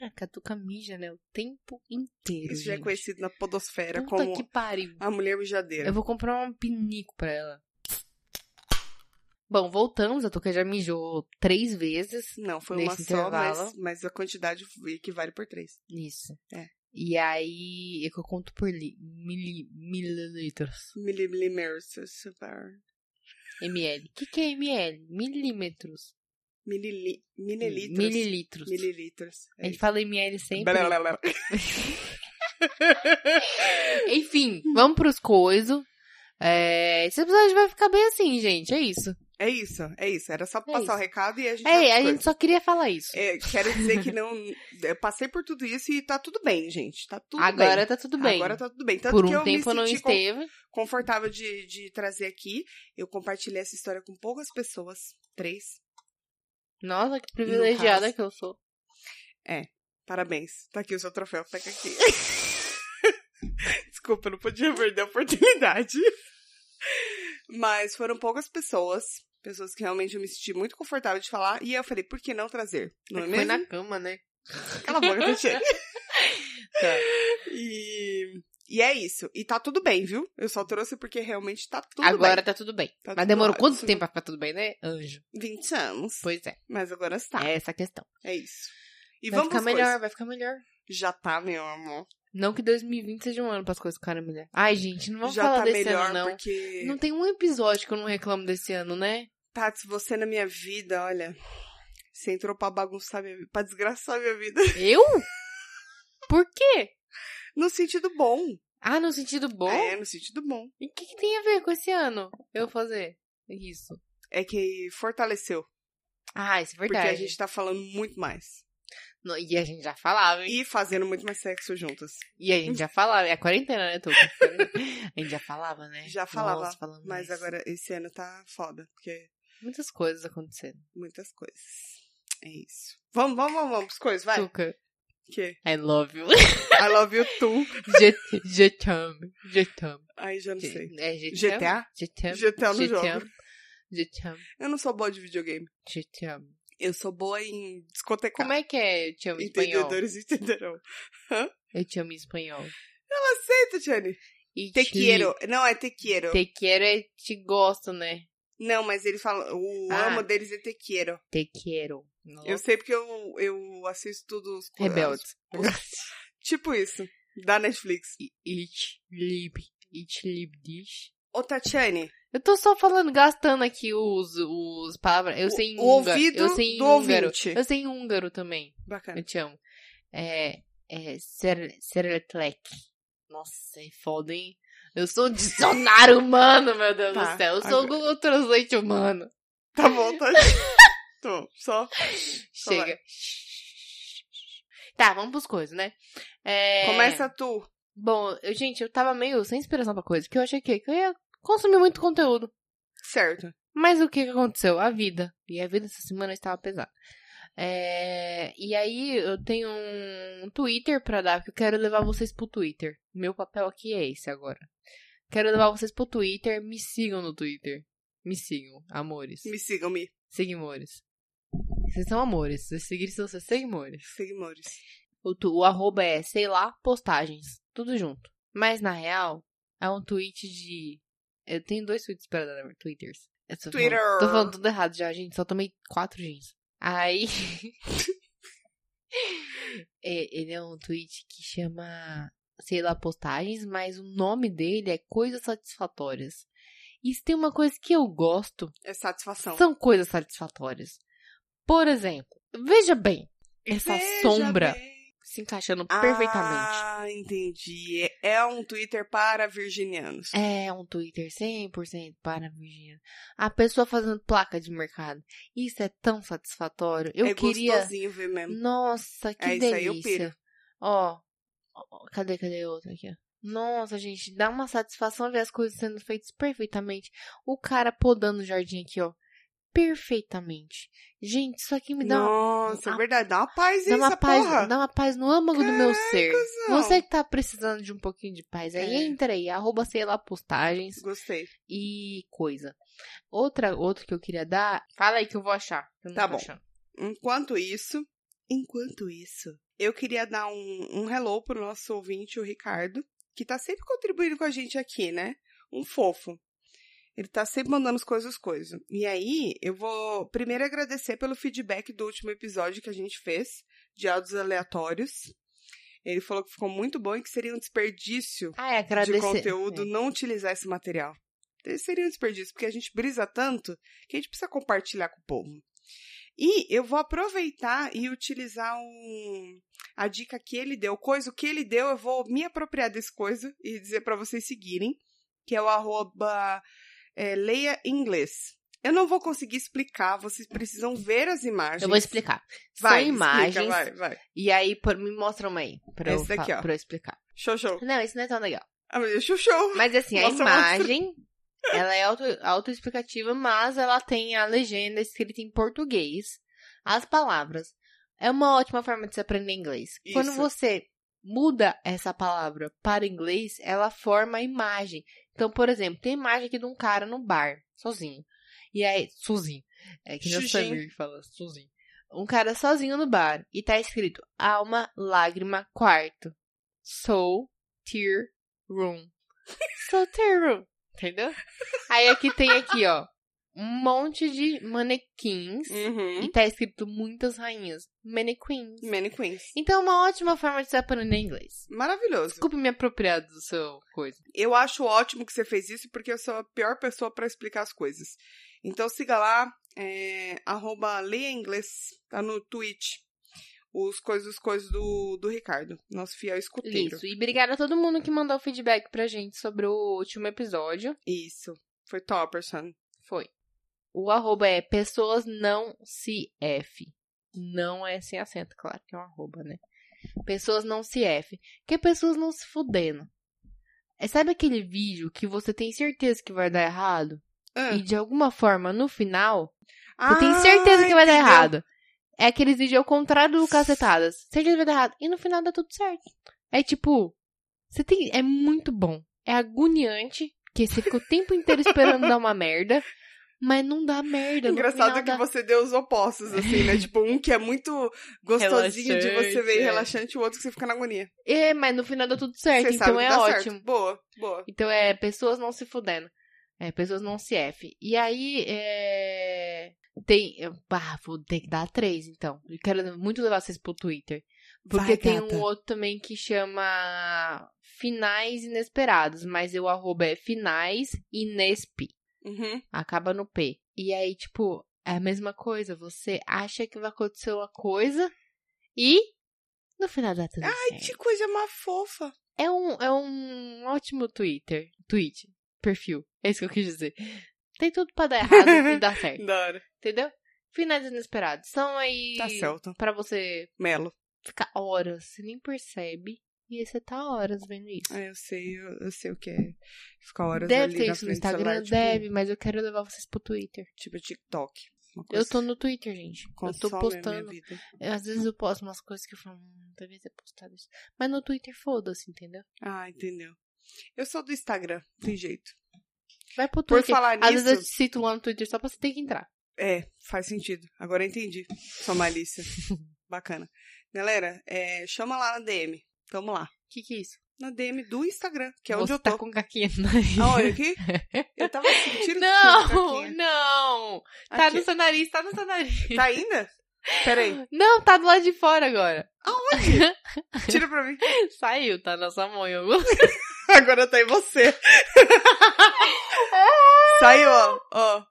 S1: Ah, Catuca mija, né? O tempo inteiro.
S2: Isso já é
S1: gente.
S2: conhecido na podosfera
S1: Puta
S2: como É.
S1: que pariu.
S2: a mulher mijadeira.
S1: Eu vou comprar um pinico pra ela. Bom, voltamos. A Tuca já mijou três vezes.
S2: Não, foi
S1: Nesse
S2: uma só, mas,
S1: intervalo.
S2: mas a quantidade equivale por três.
S1: Isso.
S2: É.
S1: E aí, é que eu conto por li, mili, mililitros.
S2: Mililiters, super.
S1: ML. O que, que é ML? Milímetros.
S2: Milili, mililitros.
S1: Mililitros.
S2: Mililitros. É.
S1: Ele fala ML sempre.
S2: Blá, blá, blá.
S1: Enfim, vamos pros coisos. esse episódio vai ficar bem assim, gente. É isso.
S2: É isso, é isso. Era só pra
S1: É
S2: passar
S1: isso.
S2: o recado e a gente. vai
S1: É,
S2: pras
S1: a
S2: coisas.
S1: gente só queria falar isso.
S2: É, quero dizer que não. Eu passei por tudo isso e tá tudo bem, gente. Tá tudo bem.
S1: Agora tá tudo bem.
S2: Agora tá tudo bem. Tanto
S1: Por
S2: que
S1: um
S2: eu
S1: tempo eu
S2: me
S1: não
S2: senti con-
S1: esteve.
S2: confortável de, de trazer aqui. Eu compartilhei essa história com poucas pessoas. Três.
S1: Nossa, que privilegiada que eu sou.
S2: Parabéns. Tá aqui o seu troféu. Pega aqui. Desculpa, eu não podia perder a oportunidade. Mas foram poucas pessoas. Pessoas que realmente eu me senti muito confortável de falar. E eu falei, por que não trazer? Não é
S1: Foi
S2: mesmo?
S1: na cama, né?
S2: Cala a boca, Tatiana.
S1: Tá.
S2: E, e é isso. E tá tudo bem, viu? Eu só trouxe porque realmente tá tudo
S1: Agora tá tudo bem. Mas
S2: Tá tudo
S1: demorou
S2: ótimo.
S1: quanto tempo pra ficar tudo bem, né? Anjo.
S2: bem. 20 anos.
S1: Pois é.
S2: Mas agora está.
S1: É essa a questão.
S2: É, isso. E
S1: vai
S2: vamos
S1: ficar
S2: pras
S1: melhor,
S2: coisas.
S1: vai ficar melhor.
S2: Já tá, meu amor.
S1: Não que 2020 seja um ano pras coisas ficarem melhor. Ai, gente, não vamos
S2: Já
S1: falar
S2: tá
S1: desse
S2: melhor
S1: ano, não.
S2: porque.
S1: Não tem um episódio que eu não reclamo desse ano, né?
S2: Tati, você na minha vida, olha. Você entrou pra bagunçar minha vida, pra desgraçar minha vida.
S1: Eu? Por quê?
S2: No sentido bom.
S1: Ah, no sentido bom?
S2: É, no sentido bom.
S1: E o que, que tem a ver com esse ano? Eu fazer isso.
S2: É que fortaleceu.
S1: Ah, isso é
S2: Porque
S1: verdade.
S2: a gente tá falando muito mais.
S1: Não, e a gente já falava, hein?
S2: E fazendo muito mais sexo juntas.
S1: E a gente já falava. É a quarentena, né, Tuca? a gente já falava, né?
S2: Já falava,
S1: Nossa, falando
S2: Mas
S1: isso.
S2: agora, esse ano tá foda. Porque
S1: Muitas coisas acontecendo.
S2: muitas coisas. É isso. Vamos, vamos, vamos, vamos pras coisas, vai.
S1: Tuca,
S2: Que?
S1: I love you.
S2: I love you too.
S1: Je, je t'aime. Je t'aime.
S2: Aí já não sei.
S1: É je t'aime?
S2: GTA?
S1: Je t'aime.
S2: GTA no
S1: Je
S2: jogo.
S1: t'aime. Je t'aime.
S2: Eu não sou boa de videogame.
S1: Je t'aime.
S2: Eu sou boa em discotecar.
S1: Como é que é eu te amo em espanhol?
S2: Entendedores entenderão.
S1: Eu te amo em espanhol.
S2: Sei, Tatiane.
S1: E
S2: Te quiero. Não, é te quiero.
S1: Te quero é te gosto, né?
S2: Não, mas ele fala... O
S1: Ah.
S2: amo deles é te quiero.
S1: Te quero. Nossa.
S2: Eu sei porque eu, eu assisto tudo os...
S1: Rebeldes.
S2: Tipo isso. Da Netflix.
S1: Ich lieb, ich lieb dich.
S2: Ô, Tatiane.
S1: Eu tô só falando, gastando aqui os, os palavras. Eu sei em
S2: o
S1: húngaro.
S2: ouvido
S1: eu sei em
S2: do
S1: húngaro.
S2: ouvinte.
S1: Eu sei em húngaro também.
S2: Bacana.
S1: Eu te amo. É. É. Ser- Serletlek. Nossa, é foda, hein? Eu sou um dicionário humano, meu Deus
S2: Tá,
S1: do céu. Eu sou o
S2: agora.
S1: Google Translate humano.
S2: Tá bom, Tatiane. Tô, só.
S1: Chega. Tá, vamos pros coisas, né? É...
S2: Começa tu.
S1: Bom, eu, gente, eu tava meio sem inspiração pra coisa, porque eu achei que que eu ia consumir muito conteúdo.
S2: Certo.
S1: Mas o que que aconteceu? A vida. E a vida essa semana estava pesada. É, E aí eu tenho um Twitter pra dar, porque eu quero levar vocês pro Twitter. Meu papel aqui é esse agora. Quero levar vocês pro Twitter. Me sigam no Twitter. Me sigam, amores.
S2: Me sigam, me
S1: Seguimores. Vocês são amores. Vocês seguirem se vocês são seguimores.
S2: seguimores.
S1: O, tu- o arroba é, sei lá, postagens. Tudo junto. Mas, na real, é um tweet de... Eu tenho dois tweets para dar, twitters. Eu tô
S2: Twitter.
S1: Falando, tô falando tudo errado já, gente. Só tomei quatro gins. Aí... É, ele é um tweet que chama, sei lá, postagens, mas o nome dele é Coisas Satisfatórias. E se tem uma coisa que eu gosto,
S2: É satisfação.
S1: são coisas satisfatórias. Por exemplo, veja bem essa
S2: Veja
S1: sombra
S2: bem.
S1: se encaixando perfeitamente.
S2: Ah, entendi. É- É um Twitter para virginianos.
S1: É um Twitter 100% para Virginia. A pessoa fazendo placa de mercado. Isso é tão satisfatório. Eu
S2: é
S1: queria.
S2: gostosinho ver mesmo.
S1: Nossa, que
S2: É, isso aí eu
S1: delícia.
S2: piro.
S1: Ó, ó, cadê, cadê outra aqui? ó? Nossa, gente, dá uma satisfação ver as coisas sendo feitas perfeitamente. O cara podando o jardim aqui, ó. Perfeitamente. Gente, isso aqui me dá uma
S2: Nossa,
S1: uma-
S2: é verdade. Dá uma paz
S1: Dá
S2: hein,
S1: uma,
S2: essa
S1: paz,
S2: porra.
S1: dá uma paz no âmago do meu ser.
S2: Não.
S1: Você que tá precisando de um pouquinho de paz, aí
S2: É.
S1: entra aí, arroba, sei lá, postagens
S2: Gostei.
S1: e coisa. Outra, outro que eu queria dar, fala aí que eu vou achar. que eu não
S2: Tá
S1: tô
S2: bom.
S1: achando.
S2: Enquanto isso, enquanto isso, eu queria dar um, um hello pro nosso ouvinte, o Ricardo, que tá sempre contribuindo com a gente aqui, né? Um fofo. Ele tá sempre mandando as coisas, coisas. E aí, eu vou primeiro agradecer pelo feedback do último episódio que a gente fez, de áudios aleatórios. Ele falou que ficou muito bom e que seria um desperdício
S1: Ah, é, agradecer.
S2: de conteúdo
S1: É.
S2: não utilizar esse material. Então, Seria um desperdício, porque a gente brisa tanto que a gente precisa compartilhar com o povo. E eu vou aproveitar e utilizar um- a dica que ele deu, coisa que ele deu, eu vou me apropriar desse coisa e dizer para vocês seguirem, que é o arroba é, leia inglês. Eu não vou conseguir explicar, vocês precisam ver as imagens.
S1: Eu vou explicar.
S2: Vai,
S1: São
S2: explica,
S1: imagens.
S2: vai, vai.
S1: E aí, por, me mostra uma aí. Pra eu,
S2: Essa daqui,
S1: fa-
S2: ó.
S1: pra eu explicar.
S2: Show, show.
S1: Não, isso não é tão legal.
S2: Ah, meu Deus, show, show.
S1: Mas assim, a
S2: Mostra, mostra.
S1: imagem, ela é auto, autoexplicativa, mas ela tem a legenda escrita em português, as palavras. É uma ótima forma de se aprender inglês. Quando
S2: Isso.
S1: você muda essa palavra para inglês, ela forma a imagem. Então, por exemplo, tem a imagem aqui de um cara no bar, sozinho. E aí, sozinho. É que já
S2: Xixim.
S1: Samir fala sozinho. Um cara sozinho no bar. E tá escrito alma, lágrima, quarto. Soul, tear, room. Soul, tear, room. Entendeu? Aí aqui tem aqui, ó. Um monte de manequins.
S2: Uhum.
S1: E tá escrito muitas rainhas. Mannequins.
S2: Many Queens.
S1: Então é uma ótima forma de se aprender inglês.
S2: Maravilhoso.
S1: Desculpe me apropriar do seu coisa.
S2: Eu acho ótimo que você fez isso, porque eu sou a pior pessoa pra explicar as coisas. Então siga lá, é, arroba leia inglês, tá no Twitch. Os coisas, os coisas do, do Ricardo, nosso fiel escuteiro.
S1: Isso. E obrigada a todo mundo que mandou feedback pra gente sobre o último episódio.
S2: Isso. Foi Topperson.
S1: Foi. O arroba é pessoas não se F. Não é sem acento, claro que é um arroba, né? Pessoas não se F. Que é pessoas não se fudendo. É, sabe aquele vídeo que você tem certeza que vai dar errado?
S2: Ah,
S1: E de alguma forma, no final, você
S2: Ah,
S1: tem certeza que vai dar
S2: entendeu.
S1: errado. É aquele vídeo ao contrário do cacetadas. Certeza que vai dar errado. E no final dá tudo certo. É tipo, você tem. É muito bom. É agoniante, porque você fica o tempo inteiro esperando dar uma merda, mas não dá merda. no
S2: Engraçado
S1: final
S2: é que
S1: dá-
S2: você deu os opostos, assim, né? tipo, um que é muito gostosinho de você
S1: Relaxante,
S2: ver e
S1: é.
S2: relaxante, o outro que você fica na agonia.
S1: É, mas no final dá tudo certo.
S2: você sabe
S1: então
S2: que
S1: é
S2: dá
S1: ótimo.
S2: certo. Boa, boa.
S1: Então é pessoas não se fudendo. É, pessoas não se F. E aí, é... Tem... eu- Ah, vou ter que dar três, então. Eu quero muito levar vocês pro Twitter. Porque
S2: Vai,
S1: tem
S2: gata.
S1: um outro também que chama Finais Inesperados, mas o arroba é Finais Inesp.
S2: Uhum.
S1: Acaba no P. E aí, tipo, é a mesma coisa. Você acha que vai acontecer uma coisa e no final dá tudo certo.
S2: Que coisa mais fofa.
S1: É um, é um ótimo Twitter. Tweet. Perfil. É isso que eu quis dizer. Tem tudo pra dar errado e dar certo.
S2: Da hora.
S1: Entendeu? Finais inesperados. São aí.
S2: Tá, Celton.
S1: Pra você
S2: Melo.
S1: ficar horas. Você nem percebe. E aí você tá horas vendo isso.
S2: Ah, eu sei, eu, eu sei o que é. Ficar horas
S1: Deve
S2: ali
S1: ter
S2: na
S1: isso no
S2: frente do
S1: Instagram,
S2: celular,
S1: deve, mas eu quero levar vocês pro Twitter.
S2: Tipo, tipo TikTok. Uma
S1: Eu
S2: coisa
S1: tô no Twitter, gente.
S2: que
S1: eu tô
S2: consome a
S1: postando.
S2: é Minha vida.
S1: Eu, Às vezes eu posto umas coisas que eu falo, hum, devia ter postado isso. Mas no Twitter, foda-se, entendeu?
S2: Ah, entendeu. Eu sou do Instagram, tem jeito.
S1: Vai pro
S2: Por
S1: Twitter.
S2: falar
S1: Às
S2: nisso,
S1: vezes eu te cito um lá no Twitter só pra você ter que entrar.
S2: É, faz sentido. Agora eu entendi sua malícia. Bacana. Galera, é, chama lá na DM. Vamos lá.
S1: O que que é isso?
S2: Na DM do Instagram, que é
S1: você
S2: onde eu
S1: tá
S2: tô.
S1: com caquinha no nariz.
S2: Aonde aqui? Eu tava assim, sentindo
S1: Não, não. Tá
S2: é. Aqui.
S1: no seu nariz, tá no seu nariz.
S2: Tá ainda? Peraí,
S1: Não, tá do lado de fora agora.
S2: tira pra mim.
S1: Saiu, tá na sua mão em algum
S2: Agora tá em você. Saiu, ó, ó.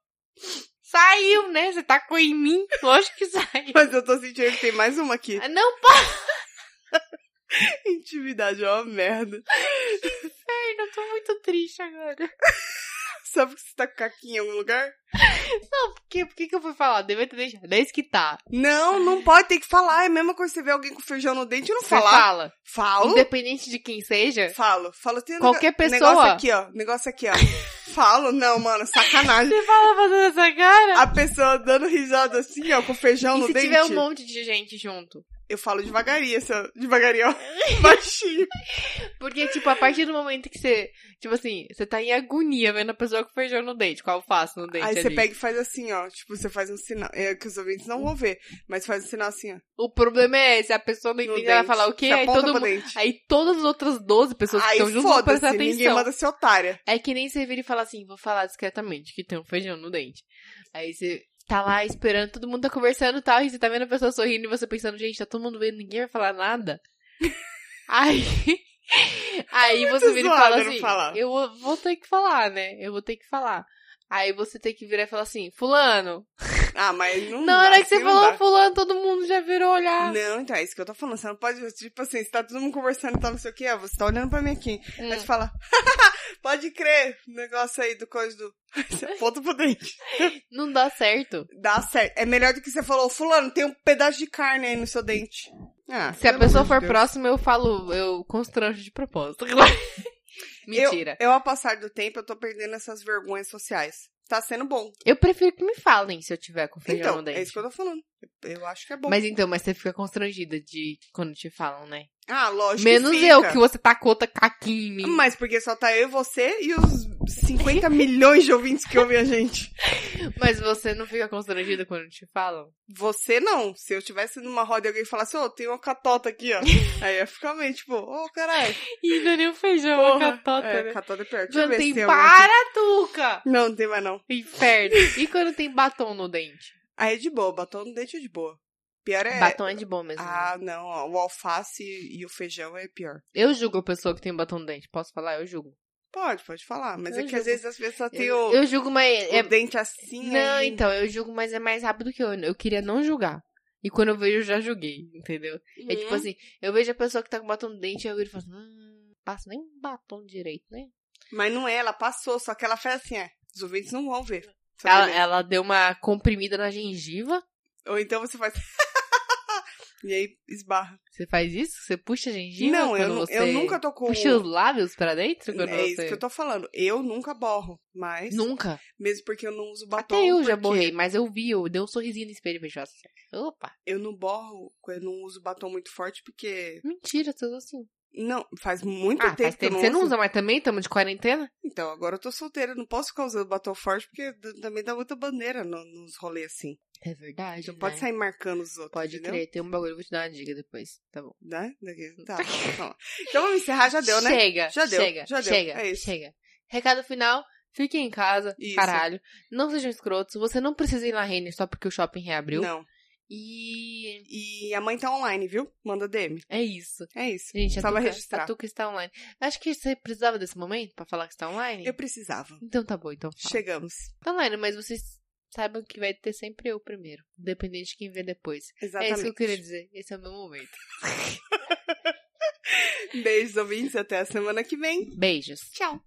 S1: Saiu, né? Você tacou em mim? Lógico que saiu.
S2: Mas eu tô sentindo que tem mais uma aqui.
S1: Ah, Não,
S2: Intimidade, ó, merda.
S1: Perna, eu tô muito triste agora.
S2: Sabe que você tá com caquinha em algum lugar?
S1: Não, por que, por que, que eu fui falar? Devia ter deixado. Desde que tá.
S2: Não, não pode, tem que falar. É a mesma coisa que você vê alguém com feijão no dente e não
S1: Você
S2: falar.
S1: fala.
S2: Falo,
S1: Independente de quem seja.
S2: falo, falo. Tem um
S1: Qualquer
S2: nego-
S1: pessoa.
S2: Negócio aqui, ó, negócio aqui, ó. falo, não, mano, sacanagem.
S1: Você fala fazendo essa cara.
S2: A pessoa dando risada assim, ó, com feijão
S1: e
S2: no
S1: se
S2: dente.
S1: tiver um monte de gente junto?
S2: Eu falo devagarinho, assim, ó, devagarinho, ó, baixinho.
S1: Porque, tipo, a partir do momento que você. Tipo assim, você tá em agonia vendo a pessoa com feijão no dente, com alface no dente.
S2: Aí você
S1: ali.
S2: pega e faz assim, ó. Tipo, você faz um sinal. É que os ouvintes não vão ver, mas faz um sinal assim, ó.
S1: O problema é esse, a pessoa não
S2: No
S1: entende, ela
S2: dente.
S1: fala o quê?
S2: Você
S1: Aí
S2: aponta
S1: todo
S2: pro
S1: mundo.
S2: dente.
S1: Aí todas as outras 12 pessoas que
S2: Aí
S1: estão junto vão prestar
S2: foda-se, ninguém
S1: atenção.
S2: manda ser otária.
S1: É que nem você vira e fala assim, vou falar discretamente que tem um feijão no dente. Aí você tá lá esperando, todo mundo tá conversando e tal, e você tá vendo a pessoa sorrindo e você pensando, gente, tá todo mundo vendo, ninguém vai falar nada. Aí. Aí você vira e
S2: É zoado
S1: fala
S2: não
S1: assim,
S2: falar.
S1: eu vou- vou ter que falar, né? Eu vou ter que falar. Aí você tem que virar e falar assim, fulano.
S2: Ah, mas não
S1: Na
S2: dá,
S1: hora que você
S2: assim, não
S1: falou "Ah."
S2: dá.
S1: fulano, todo mundo já virou olhar.
S2: Não, então é isso que eu tô falando. Você não pode, tipo assim, você tá todo mundo conversando e tá não sei o que, ó, você tá olhando pra mim aqui.
S1: Hum.
S2: Aí você fala, pode crer, o negócio aí do coisa do. Aí você aponta pro dente.
S1: Não dá certo.
S2: Dá certo. É melhor do que você falou, Fulano, tem um pedaço de carne aí no seu dente. Ah,
S1: Se a
S2: pelo
S1: pessoa
S2: amor de
S1: for
S2: Deus.
S1: próxima, eu falo, eu constranjo de propósito. Mentira.
S2: Eu, eu, ao passar do tempo, eu tô perdendo essas vergonhas sociais. Tá sendo bom.
S1: Eu prefiro que me falem se eu tiver com feijão
S2: Então,
S1: no dente.
S2: é isso que eu tô falando. Eu acho que é bom.
S1: Mas então, mas você fica constrangida de quando te falam, né?
S2: ah, lógico
S1: Menos
S2: que fica.
S1: eu, que você tacou outra caquinha em mim.
S2: Mas porque só tá eu e você e os 50 milhões de ouvintes que ouvem a gente.
S1: Mas você não fica constrangida quando te falam?
S2: Você não. Se eu tivesse numa roda e alguém falasse, ô, tem uma catota aqui, ó. Aí eu ia ficar meio tipo, ô, caralho.
S1: E não é nem o feijão,
S2: porra.
S1: a catota,
S2: é,
S1: né?
S2: catota é pior. Deixa eu
S1: Quando
S2: ver se
S1: tem
S2: tem alguma aqui.
S1: para, Tuca!
S2: Não, não tem mais não.
S1: Inferno. E quando tem batom no dente?
S2: Aí é de boa, batom no dente é de boa. Pior é...
S1: Batom é de bom mesmo. né?
S2: Ah, não, ó, o alface e o feijão é pior.
S1: Eu julgo a pessoa que tem batom no dente. Posso falar? Eu julgo.
S2: Pode, pode falar. Mas
S1: Eu
S2: é que às
S1: julgo.
S2: vezes as pessoas têm
S1: Eu,
S2: o,
S1: eu julgo, mas
S2: o
S1: é
S2: dente assim.
S1: Não,
S2: aí-
S1: então, eu julgo, mas é mais rápido que eu. Eu queria não julgar. E quando eu vejo, eu já julguei, entendeu? É tipo
S2: Hum.
S1: assim, eu vejo a pessoa que tá com batom no dente, aí eu viro e falo assim, hum, passa nem batom direito, né?
S2: Mas não é, ela passou, só que ela fez assim, é. Os ouvintes não vão ver. Essa
S1: Ela,
S2: beleza.
S1: ela deu uma comprimida na gengiva.
S2: Ou então você faz. e aí esbarra.
S1: Você faz isso? Você puxa a gengiva?
S2: não,
S1: quando
S2: eu,
S1: Tá
S2: nu-
S1: você
S2: eu nunca tô com.
S1: Puxa os lábios pra dentro? Quando
S2: É isso
S1: você...
S2: que eu tô falando. Eu nunca borro, mas.
S1: Nunca.
S2: Mesmo porque eu não uso batom.
S1: Até eu já
S2: porque
S1: borrei, mas eu vi, eu dei um sorrisinho no espelho e fechou assim. Opa,
S2: Eu não borro, eu não uso batom muito forte porque.
S1: mentira, tudo assim.
S2: Não, faz muito
S1: Ah,
S2: tempo,
S1: faz
S2: que eu
S1: tempo
S2: não
S1: que você não
S2: uso.
S1: usa, mas também estamos de quarentena?
S2: Então, agora eu tô solteira, não posso ficar usando batom forte porque d- também dá muita bandeira no- nos rolês assim.
S1: É verdade,
S2: Não pode
S1: né?
S2: sair marcando os outros.
S1: Pode
S2: entendeu?
S1: crer, tem um bagulho, eu vou te dar uma dica depois, tá bom.
S2: Né? Daqui- Tá, tá. Então vamos encerrar, já deu, né?
S1: Chega,
S2: Já deu,
S1: chega,
S2: já deu,
S1: chega,
S2: é isso.
S1: chega. Recado final, fiquem em casa,
S2: Isso.
S1: caralho. Não sejam escrotos, você não precisa ir na Renner só porque o shopping reabriu.
S2: Não.
S1: E
S2: E a mãe tá online, viu? Manda DM.
S1: é isso.
S2: É isso.
S1: Gente, a
S2: Só vai
S1: Tuca, a
S2: registrar.
S1: Tuca está online. Acho que você precisava desse momento pra falar que está online?
S2: Eu precisava.
S1: Então tá bom, então fala.
S2: Chegamos.
S1: Tá online, mas vocês saibam que vai ter sempre eu primeiro, independente de quem vê depois.
S2: Exatamente.
S1: É isso que eu queria dizer, esse é o meu momento.
S2: Beijos, ouvintes. Até a semana que vem.
S1: Beijos.
S2: Tchau.